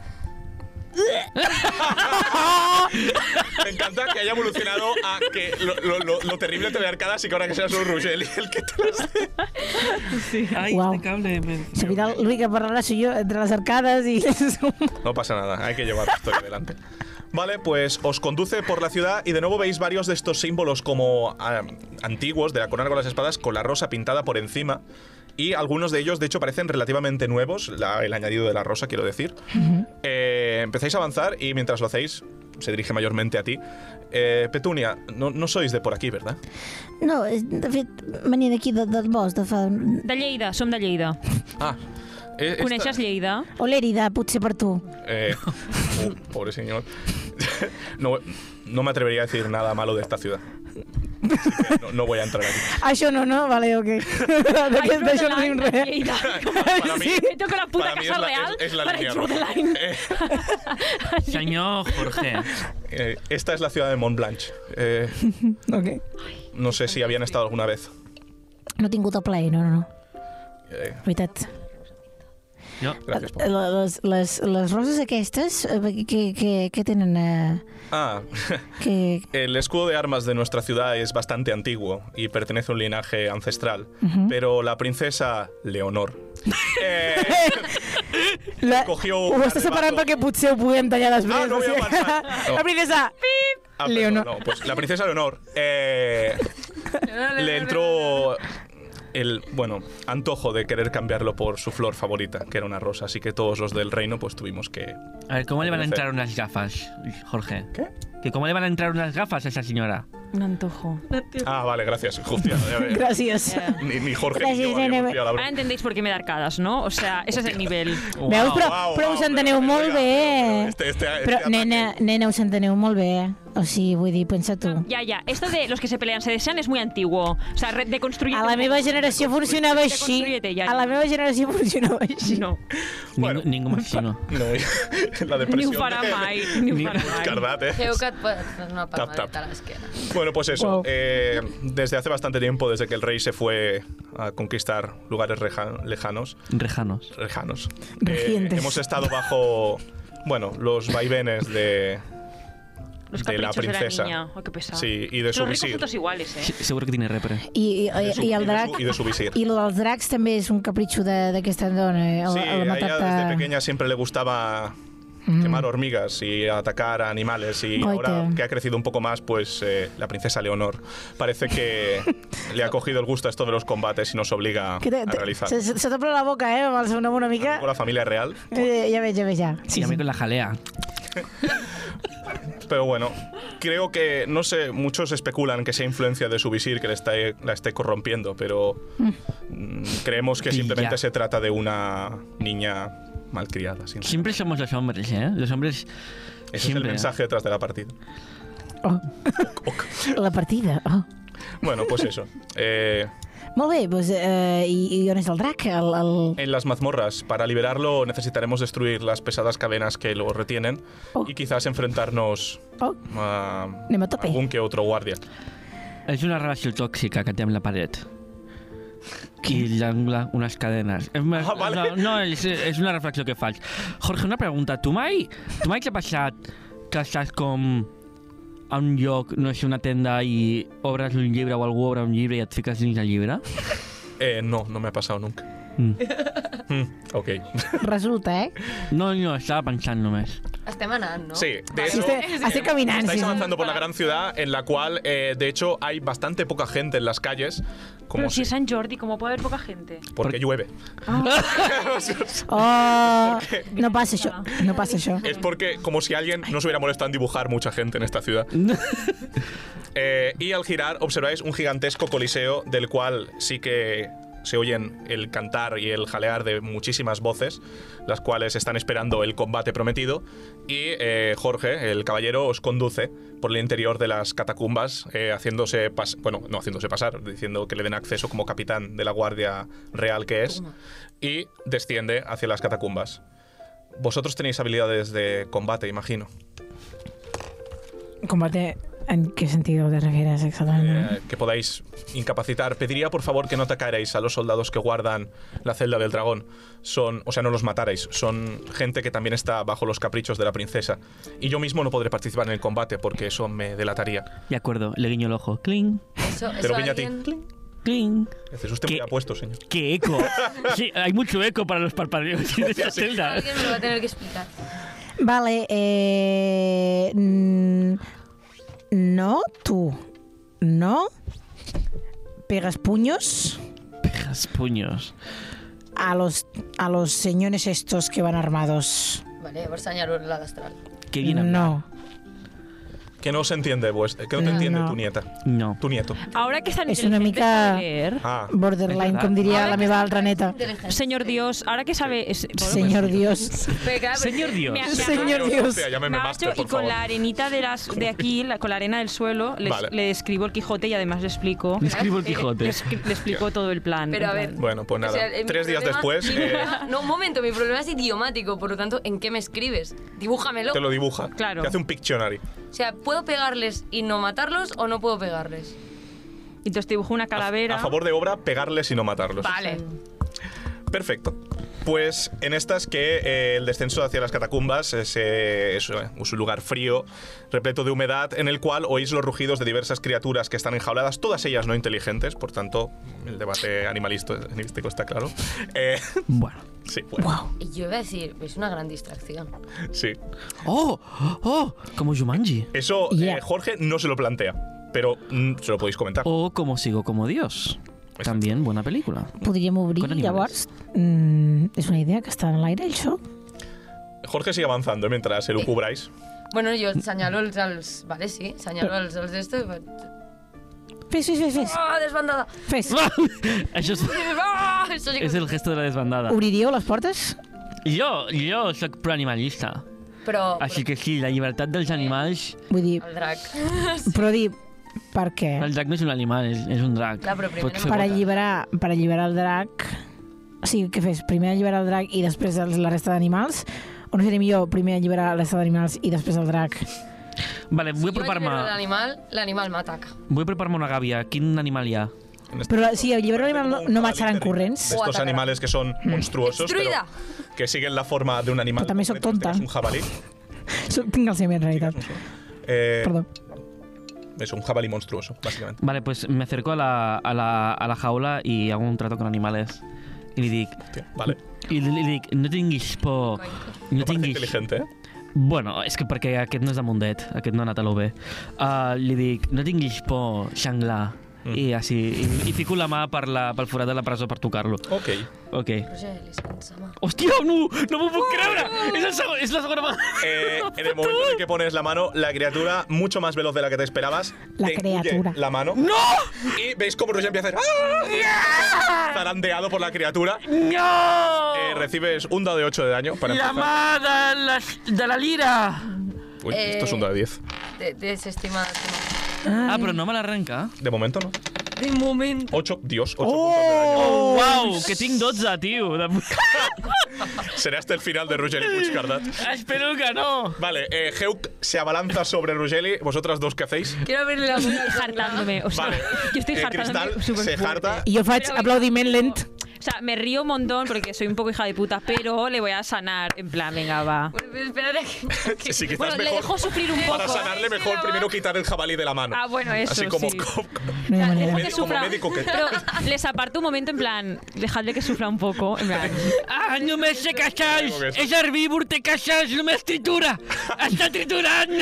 Me encanta que haya evolucionado a que lo, lo- lo- lo terrible te ve arcada, así que ahora que seas un Rugel y el que te las dé. Ai, Uau. este cable... me- Al final, l'únic que parlarà soy yo entre las arcadas y... No pasa nada, hay que llevar la historia adelante. Vale, pues os conduce por la ciudad y de nuevo veis varios de estos símbolos como ah, antiguos de la corona con las espadas con la rosa pintada por encima. Y algunos de ellos, de hecho, parecen relativamente nuevos, la- el añadido de la rosa, quiero decir. Eh, empezáis a avanzar y mientras lo hacéis, se dirige mayormente a ti. Eh, Petunia, no, no sois de por aquí, ¿verdad? No, de fet, venia d'aquí de, del bosc, de fa... De Lleida, som de Lleida. Ah, eh, esta- ¿Coneixes Lleida? O l'Èrida, potser per tu. Eh, oh, pobre señor. No, no me atrevería a decir nada malo de esta ciudad. Así que no, no voy a entrar aquí. Això no, no? Vale, ok. D'aquest- D'això no diu de res. Lleida. Para mí- Sí. Me toca la puta para mí casa es la- real es- es la para línea Jordan. Eh, Senyor Jorge. eh, esta es la ciudad de Mont Blanche. Eh, Ok. no sé si habían estado alguna vez. No he tingut el plaer, no, no, no. Eh, Veritat. No. gracias. Pau. La- Les, les, les roses aquestes, eh, que, que, que tenen... Eh, Ah, que... el escudo de armas de nuestra ciudad es bastante antiguo y pertenece a un linaje ancestral. Pero la princesa Leonor eh, La... cogió. Ho un estàs separant arrebato- perquè potser ho puguem tallar després. Ah, no o vull sigui- avançar. No. La princesa... Ah, perdón, Leonor. no, pues la princesa Leonor. Eh, le entró el bueno antojo de querer cambiarlo por su flor favorita, que era una rosa. Así que todos los del reino, pues tuvimos que. A ver, ¿cómo le van a entrar unas gafas, Jorge? ¿Qué? ¿Que ¿Cómo le van a entrar unas gafas a esa señora? Un antojo. Ah, vale, gracias, Justia. ya ves. Gràcies. Ni, ni Jorge Gracias, ni yo habíamos nene. pillado la Ahora broma. entendéis por qué me da arcadas, ¿no? O sea, ese es el nivel. Veus, però, Ah, Guau, però guau, us enteneu però, molt oiga, bé. però este- este- este però ataque. nena, nena, us enteneu molt bé. eh? O sigui, vull dir, pensa tu. Ya, ya. Esto de los que se pelean se desean es muy antiguo. O sea, re- de construir. A la meva generació funcionava així. Construye-te, ja, ja. A la meva generació funcionava així. No. Bueno. Ningún ningún vecino. No, la depresión. Ni para de- mai, ni para mai. Escarlata, eh. Heucat, pues, haz una palmadita tap. a la esquena. Bueno, pues eso. Wow. eh, desde hace bastante tiempo, desde que el rey se fue a conquistar lugares reja- lejanos, Rejanos. lejanos. Eh, Recientes. hemos estado bajo, bueno, los vaivenes de, Los de la caprichos de la princesa. niña. Oh, qué pesado. Sí, y de su Los ricos visir. putos iguales, Sí, ¿eh? Seguro que tiene repre. I, i, I de su- i, i el de drac... su- I de su visir. I lo dels dracs també és un capritxo de- d'aquesta dona, eh? El, sí, el a ella matar-te... desde pequeña siempre le gustaba Mm. quemar hormigas y atacar a animales y Goite. ahora que ha crecido un poco más, pues eh, la princesa Leonor parece que le ha cogido el gusto a esto de los combates y nos obliga Que te- a te- realizar. se se- se t'omple la boca, eh, amb el seu nom una mica. Con la familia real, Eh, ja veig, ja veig, ja. Sí, a mí con la jalea. pero bueno, creo que, no sé, muchos especulan que sea influencia de su visir que le está, la esté corrompiendo, pero mm, creemos que Pilla. simplemente se trata de una niña malcriada. sin- Siempre somos los hombres, ¿eh? Los hombres. Ese es el siempre. ¿eh? mensaje detrás de la partida. Oh. ok. La partida. Oh. Bueno, pues eso. Eh, Molt bé, doncs, eh, i, i on és el drac? El, el... en las mazmorras, para liberarlo necesitaremos destruir las pesadas cadenas que lo retienen Oh. y quizás enfrentarnos Oh. a Anem a tope. algún que otro guardia. És una relació tòxica que té amb la paret. I l'angle, unes cadenes. És més, Ah, vale. no, no, és, és una reflexió que faig. Jorge, una pregunta. Tu mai, tu mai t'ha passat que estàs com a un lloc, no sé, una tenda i obres un llibre o algú obre un llibre i et fiques dins el llibre? Eh, no, no me ha pasado nunca. Mm. Mm, ok. Resulta, eh? No, no, estava pensant només. Estem anant, no? Sí, de Vale. hecho, Este- Estic caminant, sí, Estáis sí. avanzando por la gran ciudad en la cual, eh, de hecho, hay bastante poca gente en las calles. Como Pero si si- es San Jordi, ¿cómo puede haber poca gente? porque llueve. Oh, no passa això, no passa això. Es porque, como si alguien no se hubiera molestado en dibujar mucha gente en esta ciudad. Eh, y al girar, observáis un gigantesco coliseo del cual sí que se oyen el cantar y el jalear de muchísimas voces, las cuales están esperando el combate prometido. Y eh, Jorge, el caballero, os conduce por el interior de las catacumbas, eh, haciéndose pas- bueno, no haciéndose pasar, diciendo que le den acceso como capitán de la guardia real que es, y desciende hacia las catacumbas. Vosotros tenéis habilidades de combate, imagino. Combate en què sentit de refieres exactament? eh, que podáis incapacitar. Pediría por favor que no atacarais a los soldados que guardan la celda del dragón. Son, o sea, no los matarais. Son gente que también está bajo los caprichos de la princesa. Y yo mismo no podré participar en el combate porque eso me delataría. De acuerdo, le guiño el ojo. Cling, Eso, Te eso lo guiño a ti. alguien- cling. Dices, usted ¿Qué? muy apuesto, señor. ¡Qué eco! Sí, hay mucho eco para los parpadeos de esta sí. celda. Alguien me lo va a tener que explicar. Vale, eh... mm, No, tu. No. Pegas puños Pegas puños. a los, a los señores estos que van armados. Vale, voy a enseñaros la astral. Qué bien hablado. No. Que no se entiende, pues, que no te No, entiende no. tu nieta, No. tu nieto. Ahora que están Es una mica- Ah, Borderline, Verdad. com diria la meva altra neta. Señor Dios, ahora que sabe... es- bueno, Senyor Dios. pues Señor Dios. Me- Senyor Dios. Hostia, Me llámeme agacho master, y por con favor. la arenita de las de aquí, la- con la arena del suelo, les- Vale. le describo el Quijote y además le explico. Le escribo el Eh, Quijote. Le, escri- le explico todo el plan. Pero a en ver. plan. Bueno, pues nada. O sea, eh, mi Tres días problema- después mi eh, problema- no, un momento, mi problema es idiomático, por lo tanto, ¿en qué me escribes? Dibújamelo. te lo dibuja. Claro. Te hace un Pictionary. O sea, ¿puedo pegarles y no matarlos o no puedo pegarles? Y Entonces dibujo una calavera. A favor de obra, pegarles y no matarlos. Vale. Perfecto. Pues en estas que eh, el descenso hacia las catacumbas es, eh, es, eh, es un lugar frío, repleto de humedad, en el cual oís los rugidos de diversas criaturas que están enjauladas, todas ellas no inteligentes, por tanto, el debate animalista- animalístico está claro. Eh, Bueno. sí, bueno, Y yo iba a decir, es una gran distracción. sí. ¡Oh! ¡Oh! Como Jumanji. Eso eh, Yeah. Jorge no se lo plantea, pero mm, se lo podéis comentar. O como Sigo como Dios. También buena película. Podríem obrir, Con animals. llavors. Mm, és una idea que està en l'aire, això. Jorge sigue avanzando mientras se lucubráis. Bueno, yo señalo els, els- Vale, sí, señalo els, els d'esto i faig... Fes, fes, fes, fes. pues, Ah, desbandada! fes. Això és, Ah, això sí que... és el gesto de la desbandada. Obriríeu les portes? Jo, jo sóc proanimalista. Però, Així que sí, la llibertat dels animals... Vull dir, Ah, però el drac... però dir, per què? El drac no és un animal, és, és un drac. Clar, però primer Pot fer Per botes. alliberar, per alliberar el drac... O sigui, què fes? Primer alliberar el drac i després els- la resta d'animals? O no seria millor primer alliberar la resta d'animals i després el drac? Vale, vull Jo allibero preparar-me l'animal, l'animal m'ataca. vull preparar una gàbia. Quin animal hi ha? Però si alliberar l'animal no, no marxaran De corrents? estos atacará. animales que son monstruosos, pero Destruida. que siguen la forma de un animal. Hmm. Pero también son En este caso tonta. Es un jabalí. Sóc- Tinc el semen, en realitat. Eh, Perdó. Es un jabalí monstruoso, básicamente. Vale, pues me acerco a la, a la, a la jaula i hago un trato con animales. I li dic... Tío, vale. I li, li dic, no tinguis por. No No parece tinguis... inteligente, ¿eh? Bueno, és que perquè aquest no és de Mundet, aquest no ha anat a l'UB. Uh, li dic, no tinguis por, Xanglar. Mm. i així, i, i fico la mà per la, pel forat de la presó per tocar-lo. Ok. Ok. Rogeli, sense mà. Hòstia, no, no m'ho puc creure! És, el segon, és la segona vegada! Eh, en el momento en el que pones la mano, la criatura, mucho más veloz de la que te esperabas, La te criatura. huye la mano. ¡No! Y veis cómo Roger empieza a hacer. ¡Ah! Zarandeado por la criatura. ¡No! Eh, recibes un dado de 8 de daño para la empezar. mà de la, de la lira! Uy, esto es un Eh. dado de 10. De- Desestimada. estimada. Ah, però no me l'arrenca. De momento, ¿no? De moment. 8, Dios, 8 puntos de daño. Oh, uau, que tinc 12, tio. De... Será hasta el final de Roger y Witch Cardat. Espero que no. Vale, eh, Heuk se abalanza sobre Rugeli. ¿Vosotras dos qué hacéis? Quiero abrirle la boca. al Hartándome, o sea, Vale. yo estoy el hartándome cristal súper se fuerte. jarta. I jo faig Pero- aplaudiment lent. O sea, me río un montón porque soy un poco hija de puta, pero le voy a sanar. En plan, venga, va. Bueno, pero espérate que... que- Sí, quizás Bueno, le mejor- dejo sufrir un poco. Para sanarle mejor, primero quitar el jabalí de la mano. Ah, bueno, eso, Así como, sí. como- No hi ha manera. Dejo que Médico, como sufra. médico que- Pero les aparto un momento en plan, dejadle que sufra un poco. En plan, Ah, només sé que saps. És herbívor, té caixes, només tritura. Està triturant.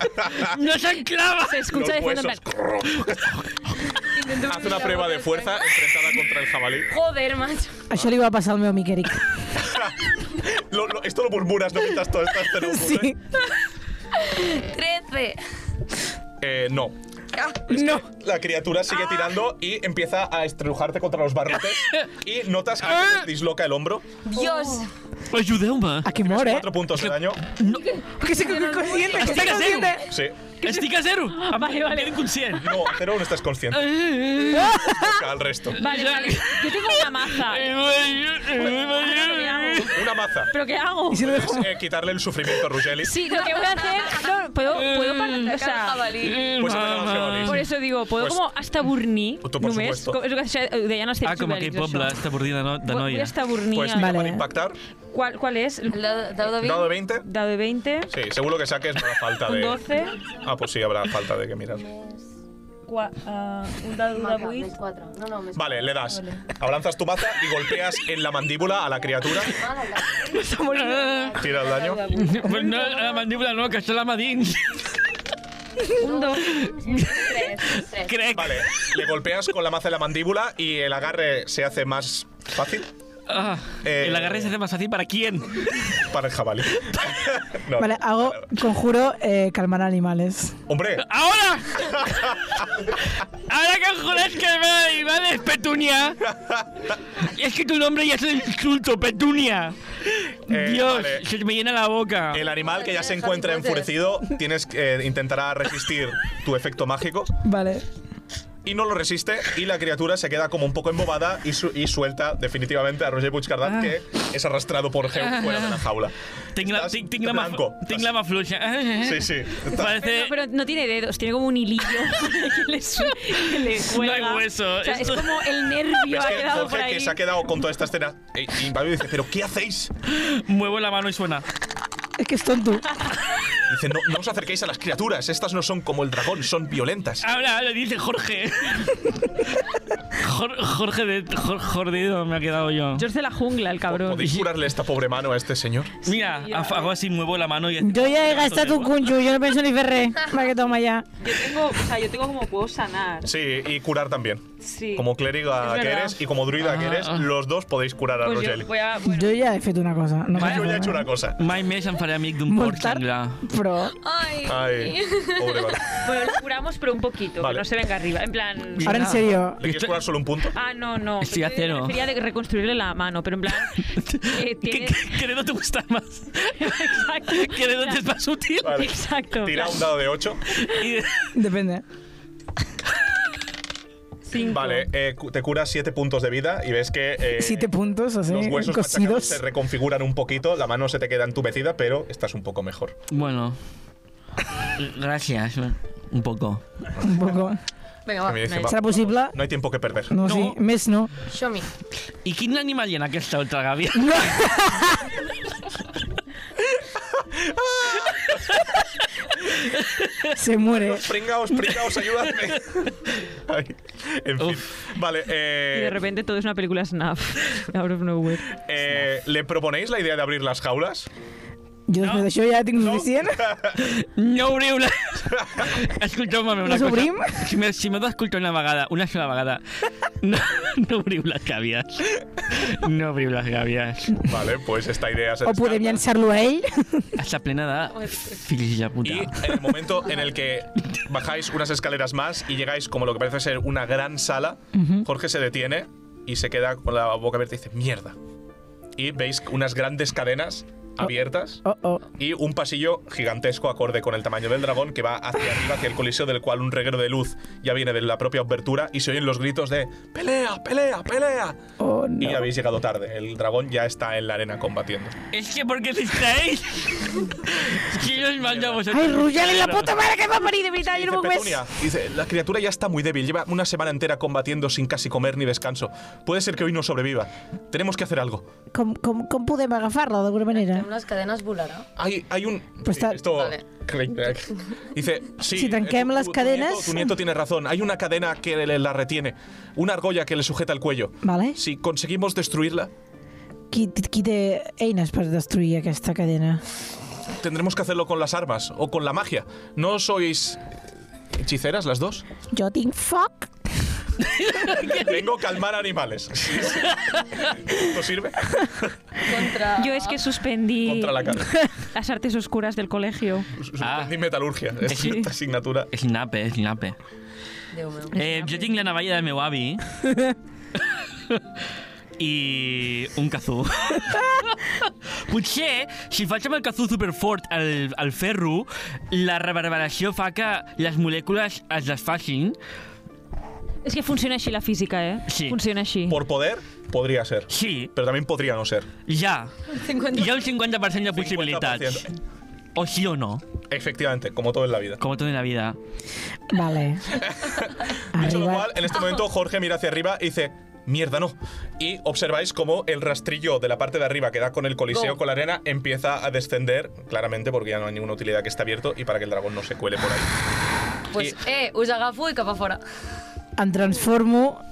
No s'enclava. se escucha de los fondo en huesos. plan. Intento Haz abrir una la prueba boca, de fuerza espera. enfrentada contra el jabalí. Joder, macho. Això li va passar al meu amic Eric. Lo- lo- esto lo murmuras, no quitas todo esto. esto no ocurre. Sí. Trece. Eh, no. Ah, No. La criatura sigue tirando y empieza a estrujarte contra los barrotes. y notas que Ah. te disloca el hombro. Dios. Ajudeu-me. Aquí mor, eh? Cuatro puntos de daño. Que sí que soy consciente, que Hasta soy que cero. consciente. Sí. Estic a zero. Ah, Vale, vale. Quedo inconscient. No, cero no estás consciente. Toca al resto. Vale, vale. Yo tengo una maza. Eh, Una maza. ¿Pero qué hago? I si lo dejo... Eh, quitarle el sufrimiento a Rugeli. Sí, lo que voy a hacer. no, puedo, puedo parar. O Saca el sea, jabalí. Pues ataca als jabalís. por eso digo, puedo Pues- como hasta burnir. Tú, por supuesto. Es lo que se de ya no sé Ah, com aquell poble, està bordida no, de Voy noia. hasta Pues tira burnir. para Vale. impactar. ¿Cuál, ¿Cuál es? El dado dado de Dado de veinte. 20. Dado de 20, Sí, seguro que saques no habrá falta un de. 12, Ah, pues sí, habrá falta de que mirar. cua- ah, un dado de 8. No, no, me Vale, le das. Ablanzas tu maza y golpeas en la mandíbula a la criatura. Tira el daño. Però no, la mandíbula no, que això la mà dins. Un 2. Eh, Crec. Vale, le golpeas con la maza en la mandíbula y el agarre se hace más fácil Ah, Eh, el agarre se hace más fácil para quién? para el jabalí. No. Vale, hago, conjuro, eh, calmar animales. Hombre, ¡Ahora! ¡Ahora que jodas que me va de Petunia! Es que tu nombre ya es un insulto, Petunia. Eh, Dios, vale. se me llena la boca. el animal que ya se encuentra enfurecido tienes que eh, intentará resistir tu efecto mágico Vale. y no lo resiste y la criatura se queda como un poco embobada y, su- y suelta definitivamente a Roger Ah. Puigcardat que es arrastrado por Heuk fuera de la jaula. Tinc la, Estás tinc, tinc la mà, blanco. tinc la mà fluixa. Sí, sí. Está- Parece... Pero no tiene dedos, tiene como un hilillo que le, su- que le cuelga. hay hueso, O sea, es esto- como el nervio Es ha que quedado por Jorge, ahí. que se ha quedado con toda esta escena, eh, invadido, dice, ¿pero qué hacéis? Muevo la mano y suena. Es que es tonto. Dice, no, no os acerquéis a las criaturas, estas no son como el dragón, son violentas. Ah, Habla, le dice Jorge. Jor- Jorge de Jor- Jordido me ha quedado yo. George de la jungla, el cabrón. ¿Podéis curarle esta pobre mano a este señor? Mira, af- eh. hago así, muevo la mano y... Yo ya he gastado un cuncho, yo no pienso ni fer res. Va, que toma ya. Yo tengo, o sea, yo tengo como puedo sanar. Sí, y curar también. Sí. Pues Como clériga Es que verdad. eres y como druida que eres, Ah. los dos podéis curar a pues Rogeli. yo voy a. bueno, Yo ya he fet una cosa. No Yo ya he res. hecho una cosa. Mai més em faré amic d'un Molt porc tard, senglar. però... Ay. Ay, pobre vale. bueno, pues lo curamos, pero un poquito, Vale. que no se venga arriba. En plan. Ahora, en serio, ¿Le quieres Esto- curar solo un punto? Ah, no, no. Estoy a Yo cero. Me refería de reconstruirle la mano, pero en plan. eh, Que, tiene- que, que no te gusta más. Exacto. que de dónde es más útil. Vale. Exacto. Tira un dado de 8. Y- depende. Cinco. Vale, eh, cu- te curas 7 puntos de vida y ves que. eh, Siete puntos, así, Los huesos machacados cosidos. se reconfiguran un poquito, la mano se te queda entumecida, pero estás un poco mejor. bueno. Gracias. Un poco. Un poco. Venga, Y me dice, va. "Va, Serà possible? no hay tiempo que perder. No, No. sí, més no. Show me. ¿Y quién animal llena que está otra Gaby? Se muere. Pringaos, pringaos, ayudadme. Ay, en fin. Vale, eh, Y de repente todo es una película Snap. Out of nowhere. eh, ¿le proponéis la idea de abrir las jaulas? Jo després d'això ja tinc suficient. No obriu la... Escolteu, mami, una Les cosa. obrim? Si m'he si m'heu d'escoltar una vegada, una sola vegada, no, no obriu les gàbies. No obriu les gàbies. Vale, pues esta idea se O podem descarta. llançar-lo a ell. Està plena de fills de Y puta. en el momento en el que bajáis unas escaleras más y llegáis como lo que parece ser una gran sala, Jorge se detiene y se queda con la boca abierta y dice, mierda. Y veis unas grandes cadenas abiertas Oh, oh. y un pasillo gigantesco acorde con el tamaño del dragón que va hacia arriba, hacia el coliseo, del cual un reguero de luz ya viene de la propia abertura y se oyen los gritos de ¡Pelea, pelea, pelea! Oh, Y no. habéis llegado tarde, el dragón ya está en la arena combatiendo. Es que porque distraéis. Si yo os mando a vosotros. Ai, Rogeli, la puta mare que em va parir, de veritat, Y dice, jo no puc més. "Petunia", dice, la criatura ya está muy débil, lleva una semana entera combatiendo sin casi comer ni descanso. Puede ser que hoy no sobreviva. Tenemos que hacer algo. Com, com, com podem agafar-la, d'alguna manera? Amb les cadenes volarà. Hay, hay un... Pues Sí, tal- esto... Vale. Click, clack. Dice, sí, Si tanquean eh, tu- las tu- tu cadenas- nieto- Tu nieto, tiene razón, hay una cadena que le- la retiene, una argolla que le sujeta el cuello. Vale. Si conseguimos destruirla, Qui, qui té eines per destruir aquesta cadena? tendremos que hacerlo con las armas o con la magia. ¿No sois eh, hechiceras las dos? Jo tinc foc. Vengo a calmar animales. Sí, sí. ¿Esto sirve? Contra... Yo es que suspendí Contra la cadena. las artes oscuras del colegio. Ah. Ni metalurgia, és Sí. una assignatura. És nape, és nape. Déu meu. Eh, jo tinc la navalla del meu avi. I un cazú. Potser, si faig amb el cazú superfort al, al ferro, la reverberació fa que les molècules es desfacin. Es que funciona así la física, ¿eh? Sí. Funciona así. Por poder, podría ser. Sí, Pero también podría no ser. ja. 50... Hi ha un 50% de possibilitats. 50%. O sí o no, Efectivamente, como todo en la vida. com tot en la vida. Vale. Dicho lo Arriba. cual, en este momento Jorge mira hacia arriba y dice, mierda no. Y observáis cómo el rastrillo de la parte de arriba que da con el coliseo, Go. con la arena, empieza a descender, claramente, porque ya no hay ninguna utilidad que esté abierto y para que el dragón no se cuele por ahí. Pues, I- eh, us agafo i cap a fora. Em transformo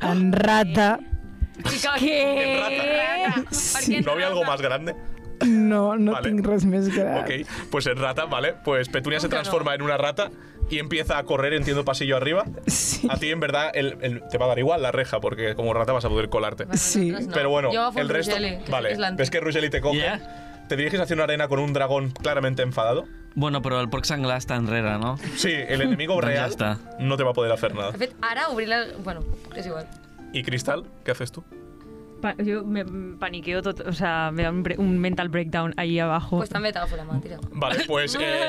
en rata. I cap... En rata. Sí. ¿No había algo más grande? No, no Vale. tinc res més gran. Ok, pues en rata, ¿vale? Pues Petunia se Nunca no. transforma en una rata y empieza a correr, entiendo, pasillo arriba. Sí. A ti, en verdad, el- el- te va a dar igual la reja, porque como rata vas a poder colarte. Sí. nosaltres Pero bueno, Jo agafo el resto. Ruggeli, que vale, és l'antic. ves que Ruggeli te coge. Yeah. Te diriges hacia una arena con un dragón claramente enfadado. Bueno, però el porc senglar està enrere, no? Sí, el enemigo Doncs ja real està. no te va a poder hacer nada. De fet, ara obrir la... Bueno, és igual. ¿Y Cristal? ¿Qué haces tú? Pa- yo me mm, paniqueo, tot- o sea, me da un, bre- un mental breakdown ahí abajo. Pues també t'agafo la mà, tira. Vale, pues eh,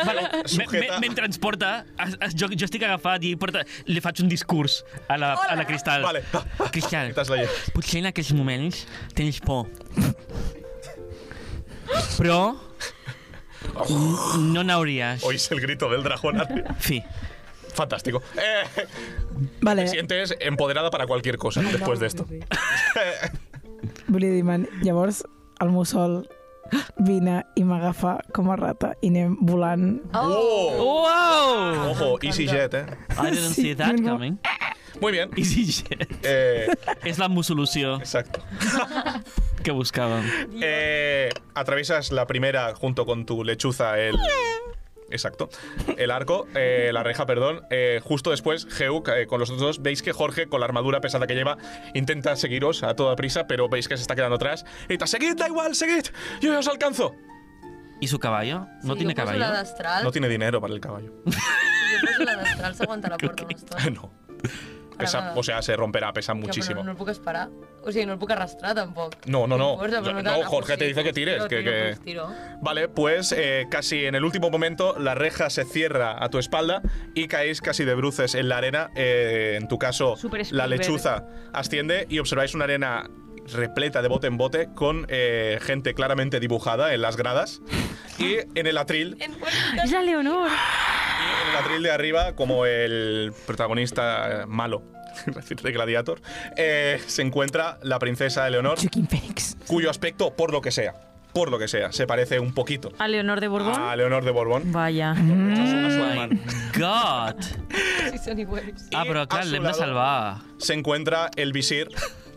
Me- sujeta. me- Mentre ens porta, es, es, jo, jo estic agafat i porta, li faig un discurs a la, a la Cristal. Vale. Cristal, Estàs leient. potser en aquells moments tens por. Però no n'hauries. Oís el grito del dragón. Fi. Fantástico. Eh, Vale, te sientes empoderada para cualquier cosa después de esto. volia dir, man, llavors el mussol vine i m'agafa com a rata i anem volant. Oh! Oh! ¡Wow! Oh. Wow! Ojo, EasyJet, eh. I didn't see that Sí, no. coming. Muy bien. Easy jet. Eh, És la solució exacto. que buscàvem. Eh, atraviesas la primera junto con tu lechuza el... Exacto. El arco, eh, la reja, perdón. Eh, justo después, Geuk, eh, con los otros dos, veis que Jorge, con la armadura pesada que lleva, intenta seguiros a toda prisa, pero veis que se está quedando atrás. Y Grita, seguid, da igual, seguid, yo ya os alcanzo. I su caballo? No tiene Jo poso la caballo? destral. No tiene dinero para el caballo. Si Jo poso la destral, s'aguanta la porta una estona. no. Pesa- o sea, se romperá, pesa Ja, però no, muchísimo. no el puc esperar. O sigui, no el puc arrastrar, tampoc. No, no, no. Força, però No, t'agafo, Jorge te sí, dice que tires, Tiro, que- tiro, que- pues tiro. Vale, pues eh, casi en el último momento la reja se cierra a tu espalda y caéis casi de bruces en la arena. Eh, en tu caso, Super la Spielberg. lechuza asciende y observáis una arena repleta de bote en bote con eh, gente claramente dibujada en las gradas y en el atril En Juanita. es la Leonor. y en el atril de arriba, como el protagonista eh, malo de Gladiator, eh, se encuentra la princesa Eleonor, Joaquim Fènix. cuyo aspecto, por lo que sea, por lo que sea, se parece un poquito A Leonor de Borbón. a Leonor de Borbón. Vaya. a su- Mm. a su hermano. My God! Sí, són iguals. Ah, Y però a clar, su l'hem de lado salvar. Se encuentra el visir,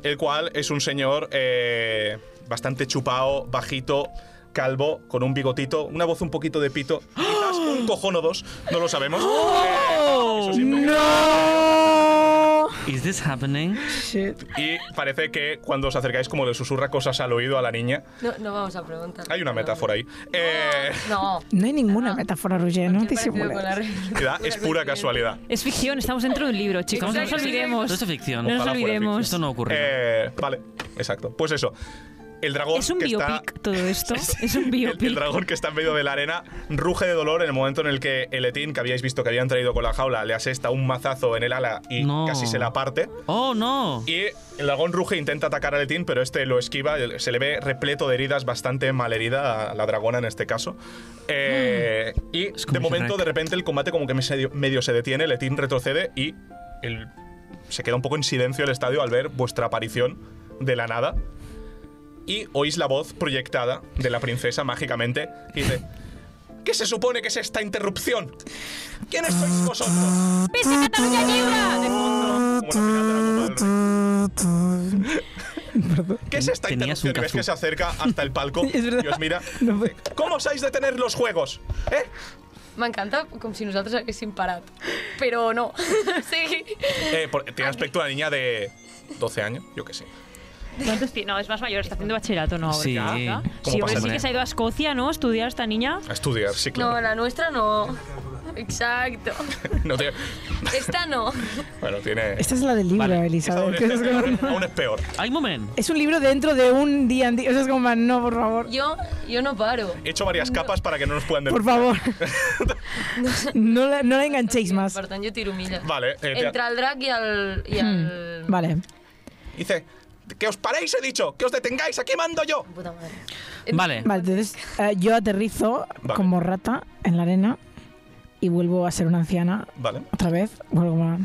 el cual es un señor eh, bastante chupado, bajito, calvo, con un bigotito, una voz un poquito de pito, quizás un cojón o dos, no lo sabemos. Oh, Eso siempre queda. ¡No! Is this happening? Shit. Y parece que cuando os acercáis como le susurra cosas al oído a la niña. No, no vamos a preguntar. Hay una No. metáfora ahí. Ah. Eh, No. No hay ninguna metáfora, Roger, no em Qué parecido con la disimules. realidad. que da- es pura casualidad. Es ficción, estamos dentro de un libro, chicos. No nos Exacto. olvidemos. Todo es ficción. No nos Ojalá fuera olvidemos. Esto no ocurre. Eh, vale, exacto. Pues eso. El dragón Es un que está- biopic todo esto. Es un El, el biopic. dragón que está en medio de la arena ruge de dolor en el momento en el que el etín que habíais visto que habían traído con la jaula le asesta un mazazo en el ala y No. casi se la parte. Oh, no. Y el dragón ruge e intenta atacar al Etín, pero este lo esquiva. Se le ve repleto de heridas, bastante malherida a la dragona en este caso. Eh, y como de Shrek. momento, de repente, el combate como que medio, medio se detiene. El Etín retrocede y el- se queda un poco en silencio el estadio al ver vuestra aparición de la nada. Y oís la voz proyectada de la princesa mágicamente y dice: ¿Qué se supone que es esta interrupción? ¿Quiénes sois vosotros? ¡Pese a Cataluña Lliure! De fondo. Como la final de la Copa del Rey. ¿Qué es esta Tenías interrupción? un Y ves que cazú. se acerca hasta el palco Es verdad. y os mira. No puedo. ¿Cómo osáis detener los juegos? ¿Eh? M'encanta com si nosaltres haguéssim parat. Però no. o sigui, Eh, por- tiene aspecto una niña de 12 años, yo qué sé. ¿Cuántos tiene? No, es más mayor, está haciendo bachillerato, ¿no? Sí. ahora, ¿verdad? ¿Cómo Sí, hombre, pasa? sí que se ha ido a Escocia, ¿no? A Estudiar esta niña. A estudiar, sí, claro. no, la nuestra no. Exacto. No tiene- Esta no. bueno, tiene. Esta es la del libro, Elizabeth. que es, aún, como- aún es peor. Hay un moment. es un libro dentro de un día. en día. O sea, es como, no, por favor. Jo, jo no paro. He hecho varias capas para que no nos puedan. Por denunciar. favor. No la, no la enganchéis más. Per tant, jo tiro milla. Vale, eh, te- Entre el drac i el... I el... Mm. Vale. Dice: Que os paréis, he dicho, que os detengáis, aquí mando yo. Puta madre. Vale. Vale, entonces eh, yo aterrizo Vale. como rata en la arena y vuelvo a ser una anciana Vale. otra vez. Vuelvo a...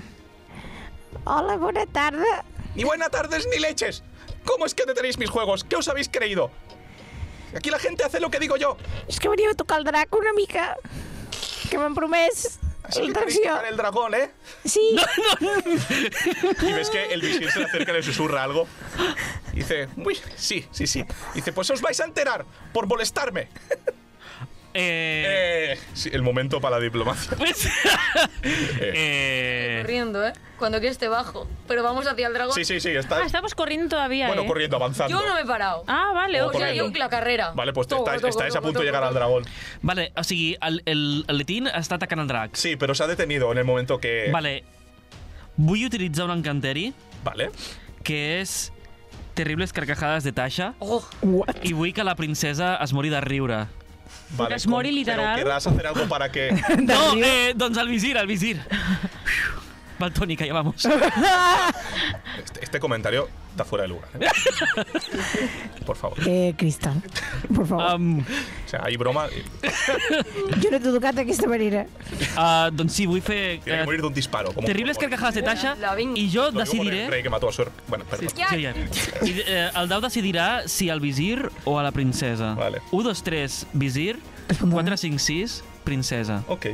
Hola, buena tarde. Ni buenas tardes ni leches. ¿Cómo es que detenéis mis juegos? ¿Qué os habéis creído? Aquí la gente hace lo que digo yo. És que venia a tocar el drac una mica, que m'han promès Así que tenéis que l'atracció. tocar el dragón, ¿eh? Sí, Y ves que el visir se le acerca y le susurra algo. Y dice, uy, sí, sí, sí. Y dice, pues os vais a enterar por molestarme. Eh... Eh, sí, el momento para la diplomacia. Pues... eh... Corriendo, eh? Cuando que esté bajo. Pero vamos hacia el dragón. Sí, sí, sí, Ah, está. estamos corriendo todavía, Bueno, ¿eh? corriendo, avanzando. Yo no me he parado. Ah, vale, Oh, o sea, corriendo. yo la carrera. Vale, pues Toco, estáis, toco, estáis a toco, punto de toco, llegar al toco. dragón. Vale, o sigui, el, el, el Letín està atacant el drac. Sí, pero se ha detenido en el momento que. Vale. Vull utilitzar un encanteri Vale. que és Terribles carcajades de Tasha Oh, What? i vull que la princesa es mori de riure. vale. Es mori con- literal. Pero querrás hacer algo para que. No, eh, doncs el visir, el visir. Val, Toni, que ja vamos. Este, este comentario está fuera de lugar. ¿eh? Por favor. Eh, Cristal, por Ah. favor. Um, O sea, hay broma. y Jo no t'he tocat d'aquesta manera. uh, doncs sí, vull fer... Tiene que Uh, morir de un disparo. Como terribles como- carcajades de Tasha La vinc. i Lo digo jo por el decidiré... rey que mató a Sor. Bueno, perdón. ¿eh? Sí, ja. I, eh, el dau decidirà si al visir o a la princesa. Vale. 1, 2, 3, visir. Respondrà. 4, 5, 6, princesa. Ok.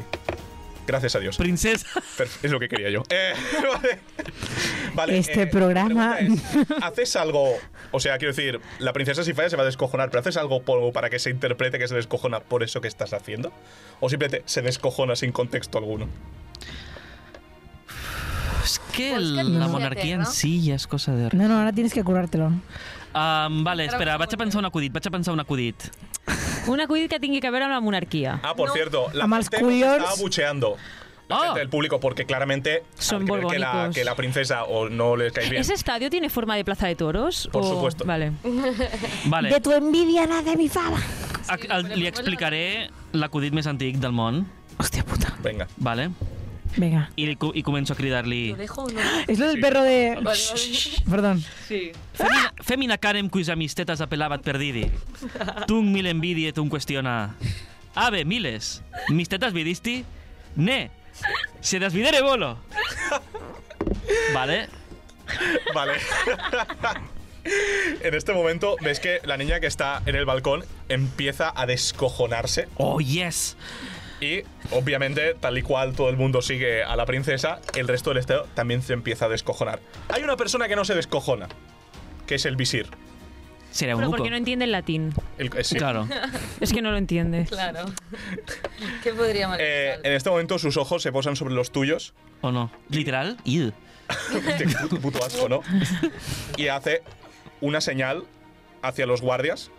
Gracias a Dios. Princesa. Perf- Es lo que quería yo. Eh, vale. Vale, Este eh, programa- la pregunta es, ¿Haces algo? O sea, quiero decir, la princesa si falla se va a descojonar, pero ¿haces algo por- para que se interprete que se descojona por eso que estás haciendo? ¿O simplemente se descojona sin contexto alguno? És que Vols que et la faci monarquia en terra? si ja és cosa de... No, no, ara tienes que curártelo. Um, vale, espera, vaig a pensar un acudit, vaig a pensar un acudit. Una cuid que tiene que ver con la monarquía. Ah, por cierto, la Amb els gente nos collons. está abucheando. La Ah. gente del público, porque claramente Son al creer que la, borbónicos. que la princesa o no les cae bien. ¿Ese estadio tiene forma de plaza de toros? Por o- supuesto. Vale. Vale, De tu envidia la de mi fama. ac- el, li explicaré l'acudit més antic del món, Hòstia puta. Venga. vale? Venga. I, li co- i començo a cridar-li... ¿Lo dejo o no? És lo del perro de... Vale, Perdón. Femina, femina carem cuis amistetas apelabat perdidi. Tung mil envidie tum questiona. Ave, miles, mis tetas vidisti? Ne, se desvidere bolo. Vale, Vale. en este momento ves que la niña que está en el balcón empieza a descojonarse oh yes. y obviamente tal y cual todo el mundo sigue a la princesa, el resto del estado también se empieza a descojonar. Hay una persona que no se descojona, que es el visir. Será Pero eunuco. porque no entiende el latín. El- eh, sí. Claro. Es que no lo entiende. Claro. ¿Qué podría mal Eh, en este momento sus ojos se posan sobre los tuyos. ¿O no? Literal, id. Qué pu- Este puto asco, ¿no? Y hace una señal hacia los guardias.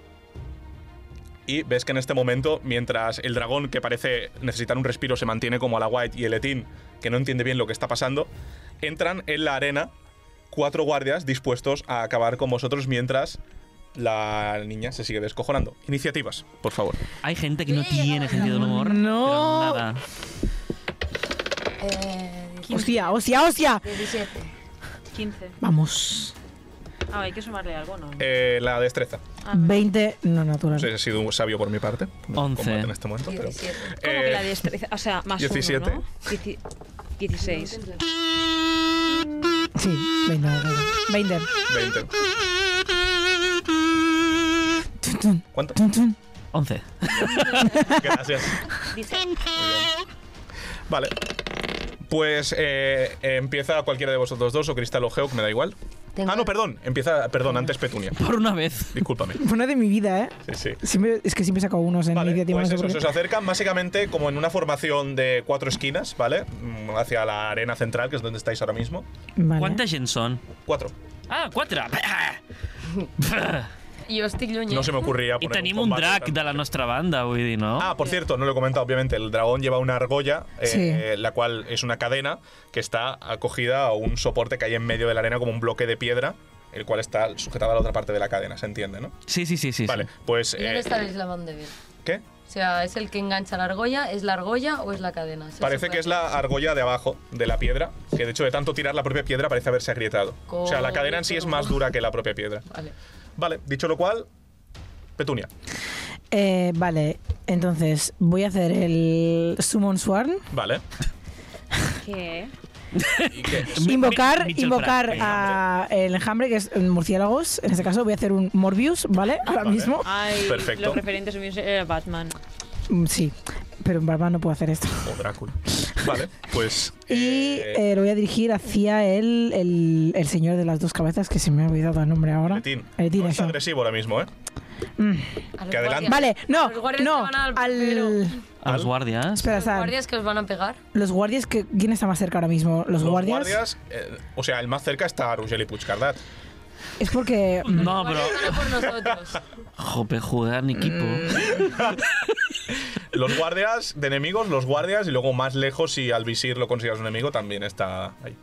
Y ves que en este momento, mientras el dragón, que parece necesitar un respiro, se mantiene como a la White y el Etín, que no entiende bien lo que está pasando, entran en la arena cuatro guardias dispuestos a acabar con vosotros mientras la niña se sigue descojonando. Iniciativas, por favor. Hay gente que no tiene sentido del humor. No. pero nada. Hostia, hostia, hostia. 17. 15. Vamos. Ah, hay que sumarle algo, ¿no? Eh, la destreza. 20. No, natural. No sé si he sido un sabio por mi parte. no Once. combate En este momento, pero- 17. Como Eh, que la destreza. O sea, más 17. uno, ¿no? Dieci- 16. Sí, 20. 20. 20. Tun, tun, ¿Cuánto? tun, tun. 11. Gracias. Vale. Pues eh, empieza cualquiera de vosotros dos, o Cristal o Geoc, me da igual. Tengo- Ah, no, perdón. Empieza, perdón, antes Petunia. Por una vez. Discúlpame. Una de mi vida, ¿eh? Sí, sí. Siempre- es que siempre saco unos en Vale, iniciativa. pues no sé eso, por se qué. os acercan básicamente como en una formación de cuatro esquinas, ¿vale? Mm, Hacia la arena central, que es donde estáis ahora mismo. Vale. ¿Cuánta gent són? Cuatro. Ah, quatre! Jo estic lluny. No eh? se me ocurría I poner tenim un un combate drac tan- de la nostra banda, vull dir, no? Ah, por cierto, no lo he comentado, obviamente. El dragón lleva una argolla, eh, Sí. la cual es una cadena que está acogida a un soporte que hay en medio de la arena, como un bloque de piedra, el cual está sujetado a la otra parte de la cadena, ¿se entiende, no? Sí, sí, sí, sí. Vale, sí. pues. ¿Y dónde eh, está el Islamán débil? ¿Qué? O sea, ¿es el que engancha la argolla? ¿Es la argolla o es la cadena? Eso Parece se que es puede- la argolla de abajo de la piedra, que de hecho de tanto tirar la propia piedra parece haberse agrietado. O sea, la cadena en sí es más dura que la propia piedra. Vale. Vale, dicho lo cual, Petunia. Eh, vale, entonces voy a hacer el Summon Swarm. Vale. ¿Qué? ¿Y qué? Mi- Invocar, mi- Mitchell invocar Pratt, a el enjambre, que es en murciélagos. En este caso voy a hacer un Morbius, ¿vale? Ah, Ahora Vale. mismo. Ay, Perfecto. los referentes míos era Batman. Mm, Sí, pero en barba no puedo hacer esto. Oh, Drácula. Vale, pues. Y eh, eh, lo voy a dirigir hacia el, el, el señor de las dos cabezas, que se me ha olvidado el nombre ahora. Letín. Letín, No está eso. agresivo ahora mismo, ¿eh? A los Que adelante. Vale, guardias- no, Los guardias que no, van al al... primero. Els guàrdies. Espera, Los Sara. guardias que os van a pegar. Los guardias, que, ¿quién está más cerca ahora mismo? ¿Los, Los guardias? eh, o sea, el más cerca está Rugeli Puigcardat. Es porque... mm, No, Los però... guardias van a por nosotros. Jope, jugar en equipo. Mm. Los guardias de enemigos, los guardias, y luego más lejos, si al visir lo consideras un enemigo, también está ahí.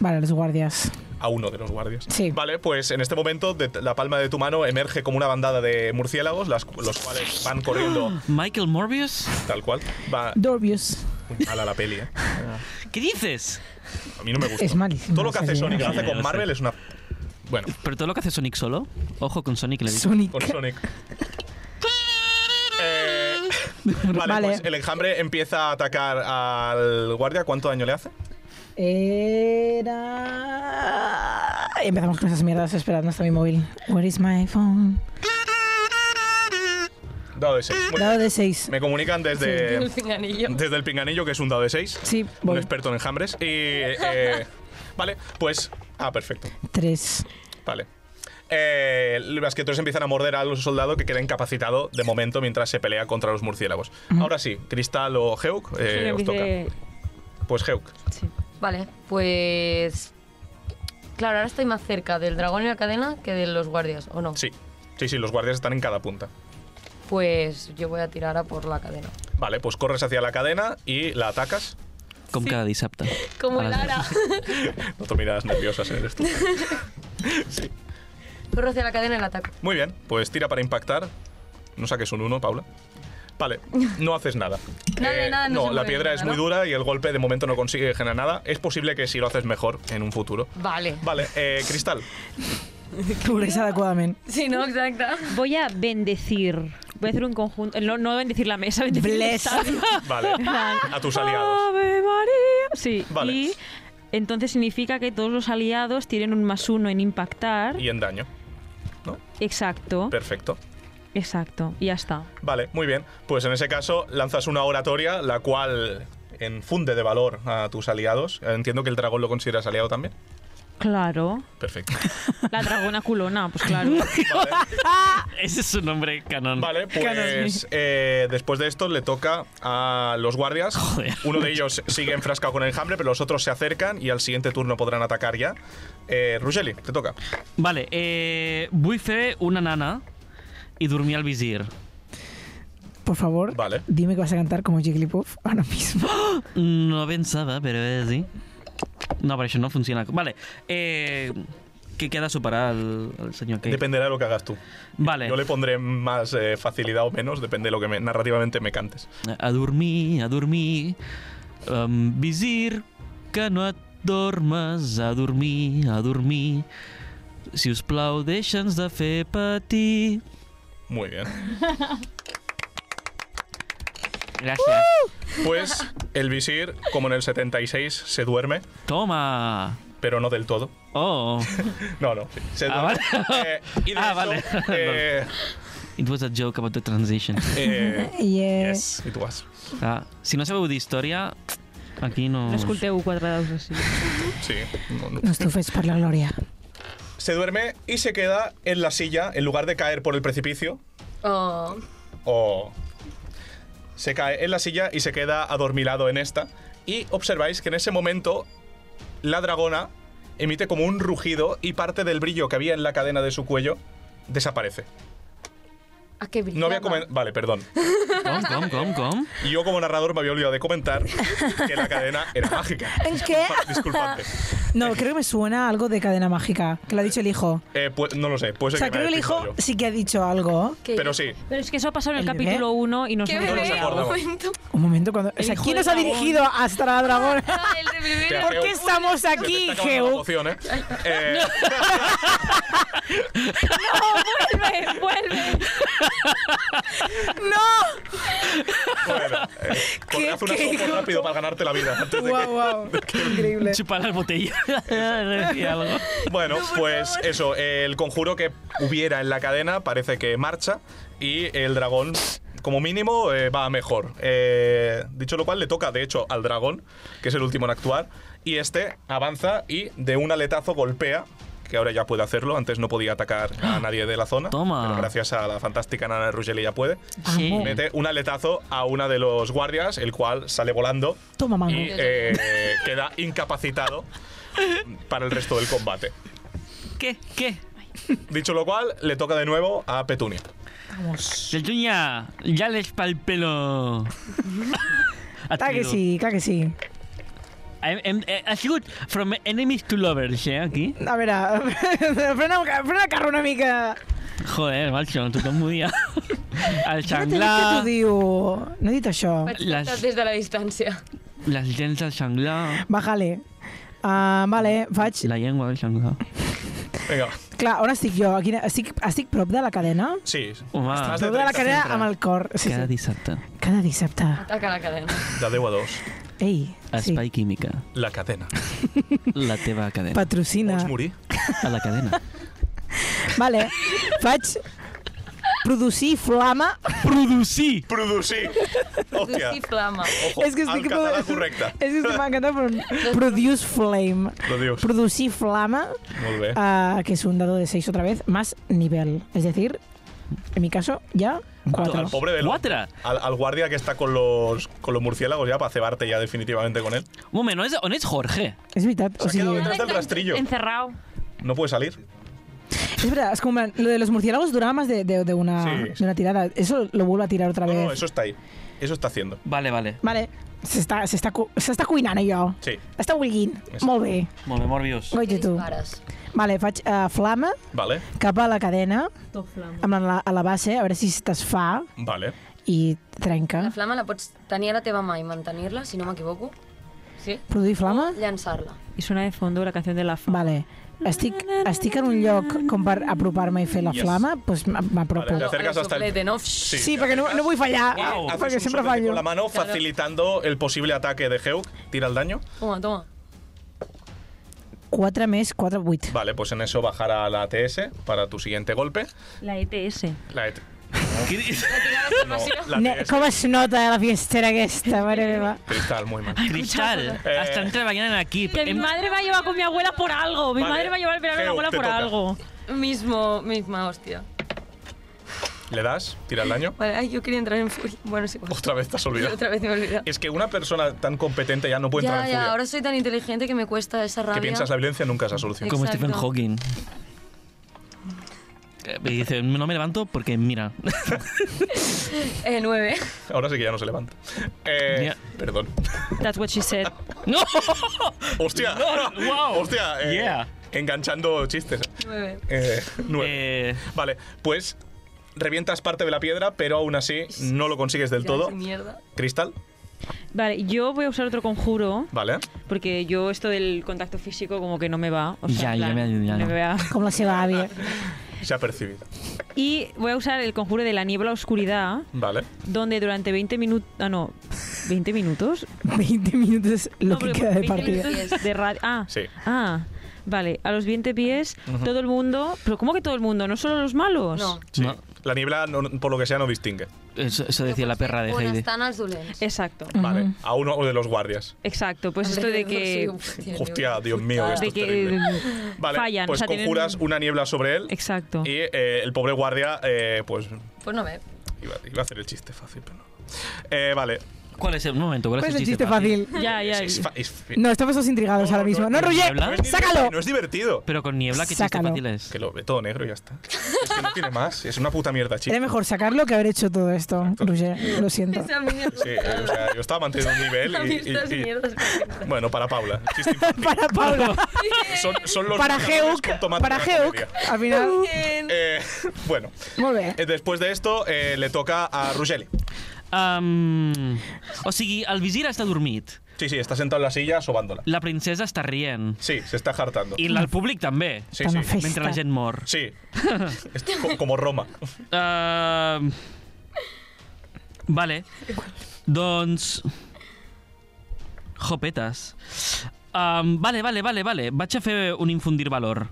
Vale, los guardias. A uno de los guardias. Sí. Vale, pues en este momento, de t- la palma de tu mano emerge como una bandada de murciélagos, las cu- los cuales van corriendo Michael Morbius? tal cual. Va Dorbius. muy mala la peli, ¿eh? Què dices? A mí no me gusta. Es malísimo. Todo lo que esa hace idea. Sonic, lo hace Sí, lo con sé. Marvel, es una. Bueno, Pero todo lo que hace Sonic solo, ojo con Sonic le dice. Sonic. con Sonic. Eh, vale, Vale. pues el enjambre empieza a atacar al guardia. ¿Cuánto daño le hace? Era... Empezamos con esas mierdas. Espera, ¿dónde está mi móvil? Where is my phone? Dado de 6. Dado de 6. Me comunican desde, El cinganillo. desde el pinganillo, que es un dado de 6. Sí, Un voy. experto en enjambres. Y. eh, vale, pues. Ah, perfecto. 3. Vale. Eh, las criaturas empiezan a morder al soldado que queda incapacitado de momento mientras se pelea contra los murciélagos. Ahora sí, Cristal o Heuk, eh, os toca. Pues Heuk. Vale, pues... Claro, ahora estoy más cerca del dragón y la cadena que de los guardias, ¿o no? Sí. Sí, sí, los guardias están en cada punta. Pues yo voy a tirar a por la cadena. Vale, pues corres hacia la cadena y la atacas. Com cada dissabte. Como A les Lara. No te ¿eh? miradas nerviosas en esto. Corro hacia la cadena y la ataco. Muy bien, pues tira para impactar. No saques un 1, Paula. Vale, no haces nada. Eh, Nada, nada, no se no, mueve la piedra nada, es muy ¿no? dura y el golpe de momento no consigue generar nada. Es posible que si lo haces mejor en un futuro. Vale. Vale, eh, Cristal. Progresa adecuadamente. Sí, no, exacta. Voy a bendecir. Voy a hacer un conjunto. eh, No, no bendecir la mesa, bendecir el Bless. estadio. Vale, a tus aliados. Ave María. Sí. Vale. Y entonces significa que todos los aliados tienen un más uno en impactar. Y en daño. Exacto. Perfecto. Exacto. Y ya está. Vale, muy bien. Pues en ese caso lanzas una oratoria, la cual infunde de valor a tus aliados. Entiendo que el dragón lo consideras aliado también. Claro. Perfecto. La dragona culona, pues claro. Ese es su nombre canon. Vale, pues eh, después de esto le toca a los guardias. Joder. Uno de ellos sigue enfrascado con el enjambre, pero los otros se acercan y al siguiente turno podrán atacar ya. Eh, Ruggeli, te toca. Vale, eh, vull fer una nana i dormir al visir. Por favor, Vale. dime que vas a cantar como Jigglypuff ahora mismo. No pensava, però és sí. No, però això no funciona. Vale, eh, que queda superar el, el senyor que... Dependerá de lo que hagas tú. Vale, Yo le pondré más eh, facilidad o menos, depende de lo que me- narrativamente me cantes. a dormir, a dormir, um, visir, que no et dormes, a dormir, a dormir, si us plau, deixa'ns de fer patir. Muy bien. Gràcies. Uh! Pues el visir, como en el 76, se duerme, Toma! pero no del todo. Oh, No, no. sí, se Ah, duerme. Eh, y de Ah, hecho, vale. eh, it was a joke about the transition. eh, I, eh, yes, it was. Ah, si no sabeu d'història, aquí no... Escolteu quatre daus així. Sí. no, no. no us fets per la glòria. Se duerme y se queda en la silla, en lugar de caer por el precipicio, Oh, o se cae en la silla y se queda adormilado en esta. Y observáis que en ese momento la dragona emite como un rugido y parte del brillo que había en la cadena de su cuello desaparece. ¿a Ah, qué brillaba? No había comen- Vale, perdón. Com, com, com, com? Y yo como narrador me había olvidado de comentar que la cadena era mágica. ¿En qué? Disculpadme. No, creo que me suena algo de cadena mágica, que lo ha dicho el hijo. Eh, pues, no lo sé, puede O ser sea, que me creo que haya el hijo despistado yo. sí que ha dicho algo. ¿Qué? Pero sí, Pero es que eso ha pasado en el ¿El bebé? capítulo 1 y no ¿Qué se No nos bebé? Un acordamos. momento. Un momento cuando... O sea, hijo ¿quién del nos ha dragón. dirigido hasta la dragona? Ah, el de Te bebé. hace ¿Por qué un- estamos aquí, Está acabando la Geu? poción, ¿eh? Eh, ¡Vuelve! ¡Vuelve! ¡No! bueno, eh, ¿Qué- haz un qué asomo hijo? rápido para ganarte la vida antes de que- Guau, guau. Increíble. Xupar les botellas. I algo. Bueno, pues eso, el conjuro que hubiera en la cadena parece que marcha y el dragón, como mínimo, eh, va a mejor. Eh, dicho lo cual, le toca, de hecho, al dragón, que es el último en actuar, y este avanza y de un aletazo golpea, que ahora ya puede hacerlo, antes no podía atacar a nadie de la zona, Toma. pero gracias a la fantástica Nana de Ruggeli ya puede. Sí. Y Mete un aletazo a una de los guardias, el cual sale volando Toma, mango. y eh, queda incapacitado para el resto del combate. Què? Què? Dicho lo cual, le toca de nuevo a Petunia. El Junya, ja l'és pel pelo. Et Clar que crido. sí, clar que sí. Hem, hem, eh, ha sigut from enemies to lovers, eh, aquí. A veure, frena, frena el carro una mica. Joder, macho, tothom volia. El Què t'ho senglar, diu? No he dit això. Vaig Las- tratar des de la distància. les gens del senglar, Bájale. Ah, vale, faig... la llengua del senglar. Venga, Clar, on estic jo? A Quina... Estic, estic prop de la cadena? sí. Home, Estàs- Prop de Tota la Centre. cadena amb el cor. Sí, cada sí. dissabte, Cada dissabte. Ataca la cadena. La debo a dos. Ei, sí. Espai Química, La cadena. la teva cadena, Patrocina. Pots morir? a la cadena. Vale, faig producir flama. Oh, Producir! Producir. Hòstia. Lucy Flama. Ojo, És que el estic- català correcte. És que m'encanta, però... Produce flame. Lo dius. Producir flama, Molt bé. ah, que es un dado de 6 otra vez, más nivel. Es decir, en mi caso, ya 4. Al pobre de Quatre. Al, al guardia que está con los, con los murciélagos ya para cebarte ya definitivamente con él. Un moment, on és, on és Jorge? És veritat. O Se ha quedado sigui, detrás del rastrillo. Encerrado. No puede salir. es verdad, es como en plan, lo de los murciélagos duraba más de, de- de una, Sí. de una tirada. Eso lo vuelvo a tirar otra No, vez. no, eso está ahí. Eso está haciendo. Vale, vale. Vale, s'està se está, se está cuinant allò. Sí, Està bullint. Exacte. Molt bé. Molt bé, Morbius. Goig Què tu. dispares? Vale, faig eh, flama vale. cap a la cadena, Top flama. amb la, a la base, a veure si s'esfà Vale. i La trenca. flama la pots tenir a la teva mà i mantenir-la, si no m'equivoco. Sí? Produir flama? Llançar-la. Y suena de fondo la canción de la fa. Vale. Estic, estic en un lloc com per apropar-me i fer la Yes. flama, doncs m- m'apropo. Vale, Te acercas No, el hasta el- soplete, ¿no? Sí. Sí, perquè no, no vull fallar, Wow. Haces perquè un soplete sempre con fallo. la mano Claro. facilitando el posible ataque de Heuk. Tira el daño. Toma, toma. 4 més 4, 8. E Vale, pues en eso bajará la ATS para tu siguiente golpe. La ETS. La ET. Cris- E No, la E Ne, que és com es nota la fiestera aquesta, mare meva. Cristal, muy mal. Cristal, Eh, están trabajando en equipo. Que mi madre me ha llevado con mi abuela por algo. Mi Vale. madre me ha llevado el verano a mi Geo, abuela te por toca. algo. Mismo, misma hostia. ¿Le das? ¿Tira el daño? Vale, ay, yo quería entrar en furia. Bueno, sí, igual. Otra vez te has Y olvidado. Otra vez me he olvidado. Es que una persona tan competente ya no puede entrar Ya, en ya, furia. ahora soy tan inteligente que me cuesta esa rabia. que piensas la violencia nunca se ha solucionado. Como Exacto. Stephen Hawking. Eh, Me dice, no me levanto porque mira. Eh, nueve. Ahora sí que ya no se levanta. Eh, Perdón. That's what she said. ¡No! ¡Hostia! wow. ¡Hostia! eh, Yeah. Enganchando chistes. Nueve. Eh, nueve. Eh, Vale, pues revientas parte de la piedra, pero aún así no lo consigues del Ya, todo. qué Mierda. Cristal, Vale, yo voy a usar otro conjuro. vale. Porque yo esto del contacto físico como que no me va. O Ya, sea, en ya plan, me- ya no no. me va. Com la seva àvia. Se ha percibido. Y voy a usar el conjuro de la niebla oscuridad, Vale. donde durante 20 minutos... Ah, no, 20 minutos. 20 minutos és el No, que porque queda de 20 partida. minutos de radio. Ah, Sí. ah, vale, a los 20 pies, todo el mundo... Pero ¿cómo que todo el mundo? ¿No solo los malos? No. Sí. No. La niebla, no- por lo que sea, no distingue. eso, eso decía la perra de On Heidi. estan els dolents. Exacto, Vale. A uno de los guardias. exacto. Pues esto de que... Hostia, Dios mío, esto De es terrible. que Vale, fallan, pues o sea, tienen- conjuras una niebla sobre él exacto. y eh, el pobre guardia, eh, pues Pues no ve. iba, iba a hacer el chiste fácil, pero no. Eh, vale. ¿Cuál es el momento? ¿Cuál Pues es el el chiste fácil. Ya, ya. Es fa- es fi- No, estamos todos intrigados No, ahora no, mismo. no, No, Roger, no, es ni- sácalo. No es divertido. Pero con niebla, ¿qué Sácalo. chiste fácil es? Que lo ve todo negro y ya está. Es que no tiene más. Es una puta mierda, chico. Era mejor sacarlo que haber hecho todo esto, Roger. Lo siento. Esa mierda. Sí, eh, o sea, yo estaba manteniendo un nivel A y- mí estas y- y- mierdas me encantan. bueno, para Paula. Chiste infantil. Para Paula. Son, son los Para marcadores Geuk. con tomate Para de la Geuk. comedia. Al final... Eh, bueno, Molt bé. eh, después de esto eh, le toca a Ruggeli. Um, o sigui, el visir està dormit, Sí, sí, está sentado en la silla sobándola. la princesa està rient, Sí, se está jartando. i el públic també, Sí, Tan sí. ofensiva. mentre la gent mor. Sí. Esto es co- como Roma. Um, vale. Doncs... Jopetes. Um, vale, vale, vale, vale. Vaig a fer un infundir valor.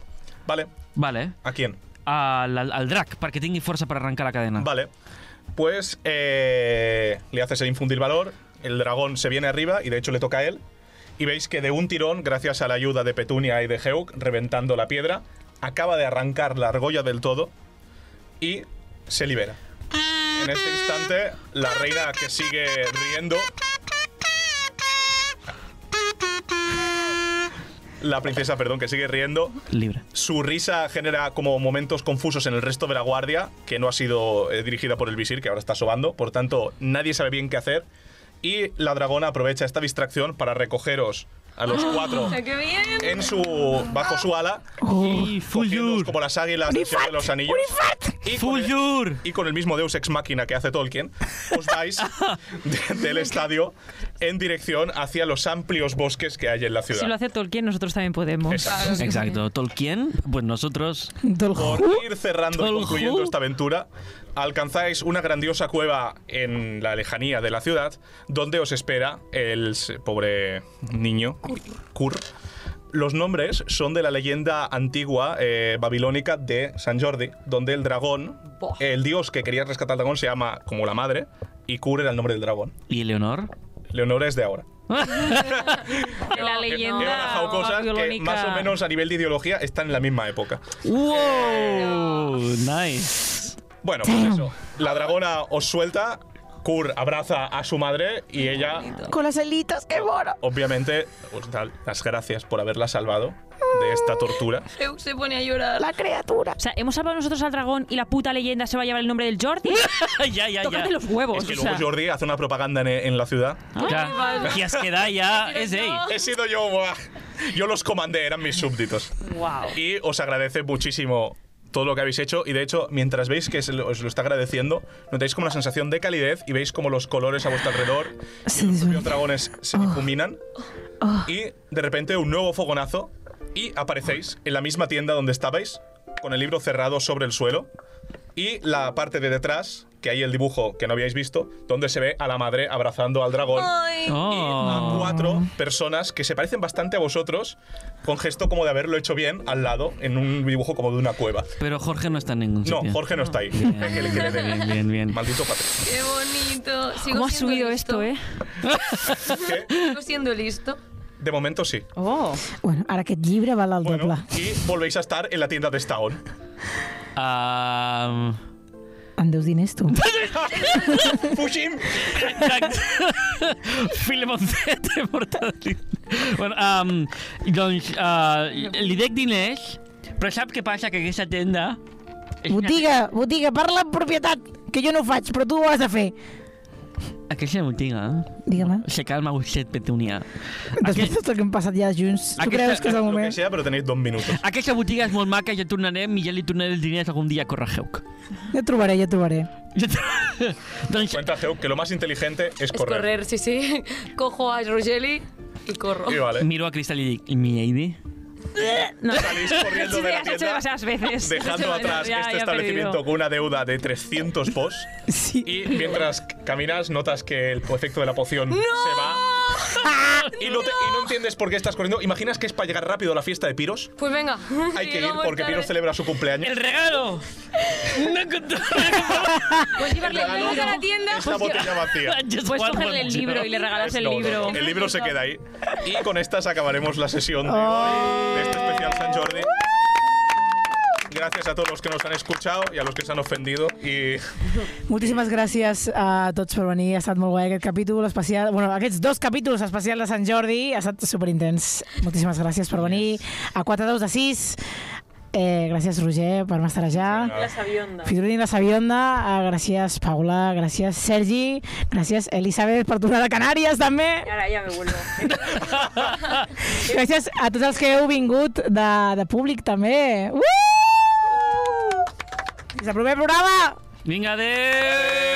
Vale, Vale. ¿a quién? Al, al, al drac, perquè tingui força per arrencar la cadena. Vale. Pues eh, le haces el infundir valor, el dragón se viene arriba y de hecho le toca a él. Y veis que de un tirón, gracias a la ayuda de Petunia y de Heuk, reventando la piedra, acaba de arrancar la argolla del todo y se libera. En este instante, la reina que sigue riendo. La princesa, perdón, que sigue riendo, Libre. su risa genera como momentos confusos en el resto de la guardia, que no ha sido eh, dirigida por el visir, que ahora está sobando. Por tanto, nadie sabe bien qué hacer. Y la dragona aprovecha esta distracción para recogeros a los cuatro ¡Qué bien! en su, bajo su ala, Oh. I cogidos Fullur! como las águilas del Señor de los Anillos. Y con, el, Fullur! y con el mismo Deus Ex Machina que hace Tolkien, os vais de- del estadio en dirección hacia los amplios bosques que hay en la Si lo ciudad. hace Tolkien, nosotros también podemos. Exacto. Exacto. Tolkien, pues nosotros... Del por ju- ir cerrando y Tolhu. concluyendo esta aventura, alcanzáis una grandiosa cueva en la lejanía de la ciudad, donde os espera el s- pobre niño, Kur. Los nombres son de la leyenda antigua eh, babilónica de San Jordi, donde el dragón, Buah. el dios que quería rescatar al dragón se llama como la madre, y Kur era el nombre del dragón. ¿Y Eleonor? Leonor es de ahora. La Que- que he barajado leyenda cosas que babilónica. más o menos a nivel de ideología están en la misma época. ¡Wow! Nice. Bueno, pues eso. La dragona os suelta, Kur abraza a su madre y ella, Con las alitas, qué bueno. obviamente, os da las gracias por haberla salvado de esta tortura. Zeus se pone a llorar. La criatura. O sea, hemos salvado nosotros al dragón y la puta leyenda se va a llevar el nombre del Jordi. ya, ya, ya. Tócate los Ah, huevos. Es que o sea. luego Jordi hace una propaganda en, en la ciudad. Clar, qui Ah, es queda ja és ell. He sido yo, buah. yo los comandé, eran mis súbditos. Wow. Y os agradece muchísimo todo lo que habéis hecho y de hecho mientras veis que se lo- os lo está agradeciendo notáis como una sensación de calidez y veis como los colores a vuestro alrededor Sí, y los sí. propios dragones se difuminan y de repente un nuevo fogonazo y aparecéis en la misma tienda donde estabais con el libro cerrado sobre el suelo Y la parte de detrás, que hay el dibujo que no habíais visto, donde se ve a la madre abrazando al dragón. Ay, Y a Oh. cuatro personas que se parecen bastante a vosotros, con gesto como de haberlo hecho bien al lado, en un dibujo como de una cueva. Pero Jorge no está en ningún No, sitio. Jorge no está ahí. Bien, Que le quede de- bien, bien, bien. Maldito patrón. qué bonito. Sigo ¿Cómo ha siendo subido esto, listo. eh? Que, Sigo siendo listo. de momento sí. Oh. Bueno, ara aquest llibre val el Bueno, doble. y volvéis a estar en la tienda de Staon. Ah, Em deus diners, tu? ¡Fushim! Exacte. Filemon Z, Mortadelo. Bueno, um, doncs uh, li dec diners, però sap què passa? Que aquesta tenda... És Botiga, botiga, parla amb propietat, que jo no ho faig, però tu ho has de fer. Una, ¿eh? aquesta botiga Digue-me. se calma vostè, Petunia. Després de tot el que hem passat ja junts, tu Aquesta- creus que és el Lo que moment? sea, pero tenéis dos minutos. Aquesta botiga és molt maca, ja tornarem i ja li tornaré els diners algun dia a Correjeuc. Ja et trobaré, ja et trobaré. Ja t- doncs Cuenta, Geo, que lo más inteligente es Es correr. correr, sí, sí. Cojo a Rogeli y corro. Y vale. miro a Cristal i dic, mi lady, Salís corriendo Sí, de la has hecho tienda, demasiadas veces. dejando Ya, atrás ya, este ya he establecimiento perdido. con una deuda de 300 pos. Sí. Y mientras c- caminas, notas que el efecto de la poción se va. Y no, te- y no entiendes por qué estás corriendo. ¿Imaginas que es para llegar rápido a la fiesta de Piros? Pues venga. Hay que ir llegamos porque tarde. Piros celebra su cumpleaños. el regalo! No encontré el regalo! Puedes llevarle el regalo libro Pues a la tienda. Es la botella vacía. Just Puedes one cogerle el botella. libro y le regalas el No, no, libro. no, El libro se queda ahí. Y con estas acabaremos la sesión de hoy, de este especial San Jordi. Oh. Gracias a todos los que nos han escuchado y a los que se han ofendido. Y Moltíssimes gràcies a tots per venir. Ha estat molt guai aquest capítol especial. Bueno, aquests dos capítols especials de Sant Jordi ha estat superintens. Moltíssimes gràcies per venir. A 4 2 de 6. Eh, gràcies, Roger, per masterejar. nada, Fidolin la Savionda, eh, gràcies Paula, gràcies Sergi, gràcies Elisabet per tornar de Canàries també. Ahora ya me vuelvo. Gràcies a tots els que heu vingut de, de públic també. Uh! Fins al proper programa! Vinga, adéu!